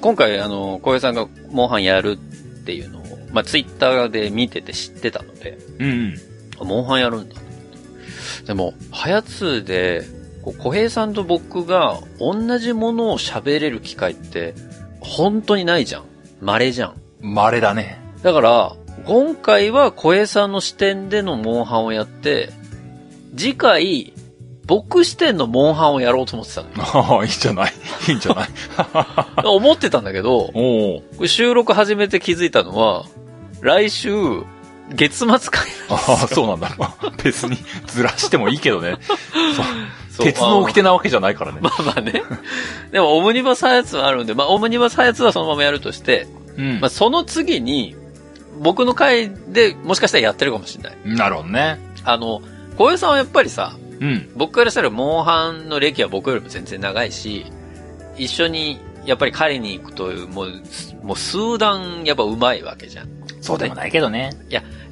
S1: 今回あの、小平さんがモンハンやるっていうのを、まあ、ツイッターで見てて知ってたので、
S2: うん。
S1: あモンハンやるんだ。でも、ハヤツーで、こう小平さんと僕が同じものを喋れる機会って、本当にないじゃん。稀じゃん。
S2: 稀だね。。
S1: だから、今回は小平さんの視点でのモンハンをやって、次回、僕視点のモンハンをやろうと思ってたのよ
S2: ああ、いいんじゃない。いいんじゃない。
S1: 思ってたんだけど、
S2: おお。
S1: これ収録始めて気づいたのは、来週、月末か
S2: ああ、そうなんだ。 別にずらしてもいいけどね。
S1: そう
S2: 鉄の掟なわけじゃないからね。
S1: まあまあね。でも、オムニバスハヤツはあるんで、まあ、オムニバスハヤツはそのままやるとして、
S2: うん
S1: まあ、その次に、僕の回でもしかしたらやってるかもしれない。
S2: なるほどね。
S1: あの、小江さんはやっぱりさ、
S2: うん。
S1: 僕からしたらモンハンの歴は僕よりも全然長いし、一緒に、やっぱり狩りに行くと、もう、もう数段やっぱ上手いわけじゃん。
S2: そうでもないけどね。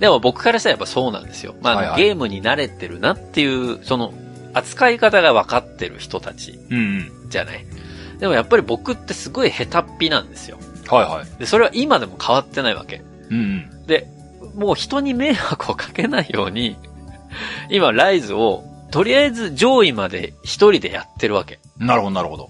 S1: でも僕からしたらやっぱそうなんですよ。まあ、
S2: はいはい
S1: ゲームに慣れてるなっていう、その、扱い方が分かってる人たち
S2: うんうん。
S1: じゃない。でもやっぱり僕ってすごい下手っぴなんですよ。
S2: はいはい。
S1: で、それは今でも変わってないわけ。
S2: うんうん。
S1: で、もう人に迷惑をかけないように、 今、ライズを、とりあえず上位まで一人でやってるわけ。
S2: なるほど、なるほど。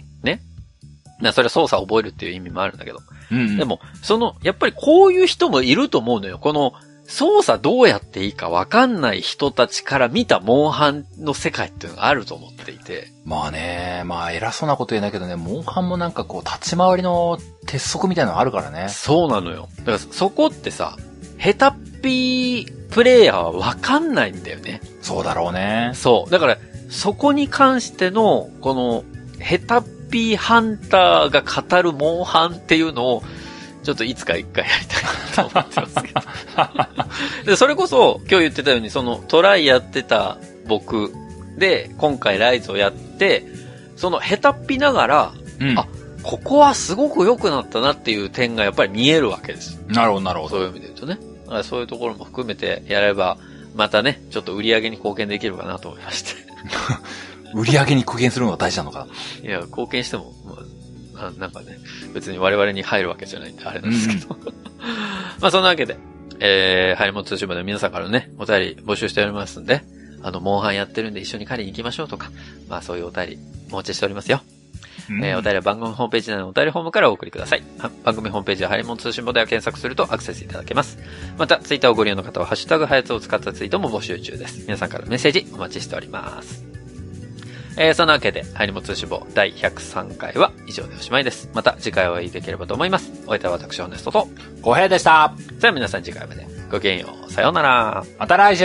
S1: な、それは操作を覚えるっていう意味もあるんだけど。
S2: うん、うん。
S1: で、も、その、やっぱりこういう人もいると思うのよ。この、操作どうやっていいかわかんない人たちから見たモンハンの世界っていうのがあると思っていて。
S2: まあね、まあ偉そうなこと言えないけどね、モンハンもなんかこう、立ち回りの鉄則みたいなのあるからね。
S1: そうなのよ。だからそこってさ、下手っぴプレイヤーはわかんないんだよね。
S2: そうだろうね。
S1: そう。だから、そこに関しての、この、ヘタッピーハンターが語るモンハンっていうのを、ちょっといつか一回やりたいなと思ってますけど。で、それこそ、今日言ってたように、その、トライやってた僕で、今回ライズをやって、その、ヘタッピながら、
S2: うん。
S1: あここはすごく良くなったなっていう点がやっぱり見えるわけです。
S2: なるほど、なるほ
S1: そ
S2: ど。
S1: ういう意味で言うとね。だからそういうところも含めてやれば、またね、ちょっと売り上げに貢献できるかなと思いまして。
S2: 売り上げに貢献するのが大事なのかな。
S1: いや、貢献しても、まあ、あなんかね、別に我々に入るわけじゃないんで、あ れなんですけど。 まあ、そんなわけで、えー、ハリモン通信部で皆さんからのね、お便り募集しておりますんで、あの、モンハンやってるんで一緒に狩りに行きましょうとか、まあ、そういうお便り、お待ちしておりますよ。えーお便りは番組ホームページ内のお便りフォームからお送りください。は番組ホームページはハリモン通信簿で検索するとアクセスいただけます。また、ツイッターをご利用の方は、ハッシュタグハヤツを使ったツイートも募集中です。皆さんからのメッセージお待ちしております。えーそんなわけで、ハリモン通信簿第103回は以上でおしまいです。また次回お会いできればと思います。お相手は私、ホネストと。
S2: 小平でした。
S1: さあ皆さん次回まで。ごきげんよう。さようなら。
S2: また来週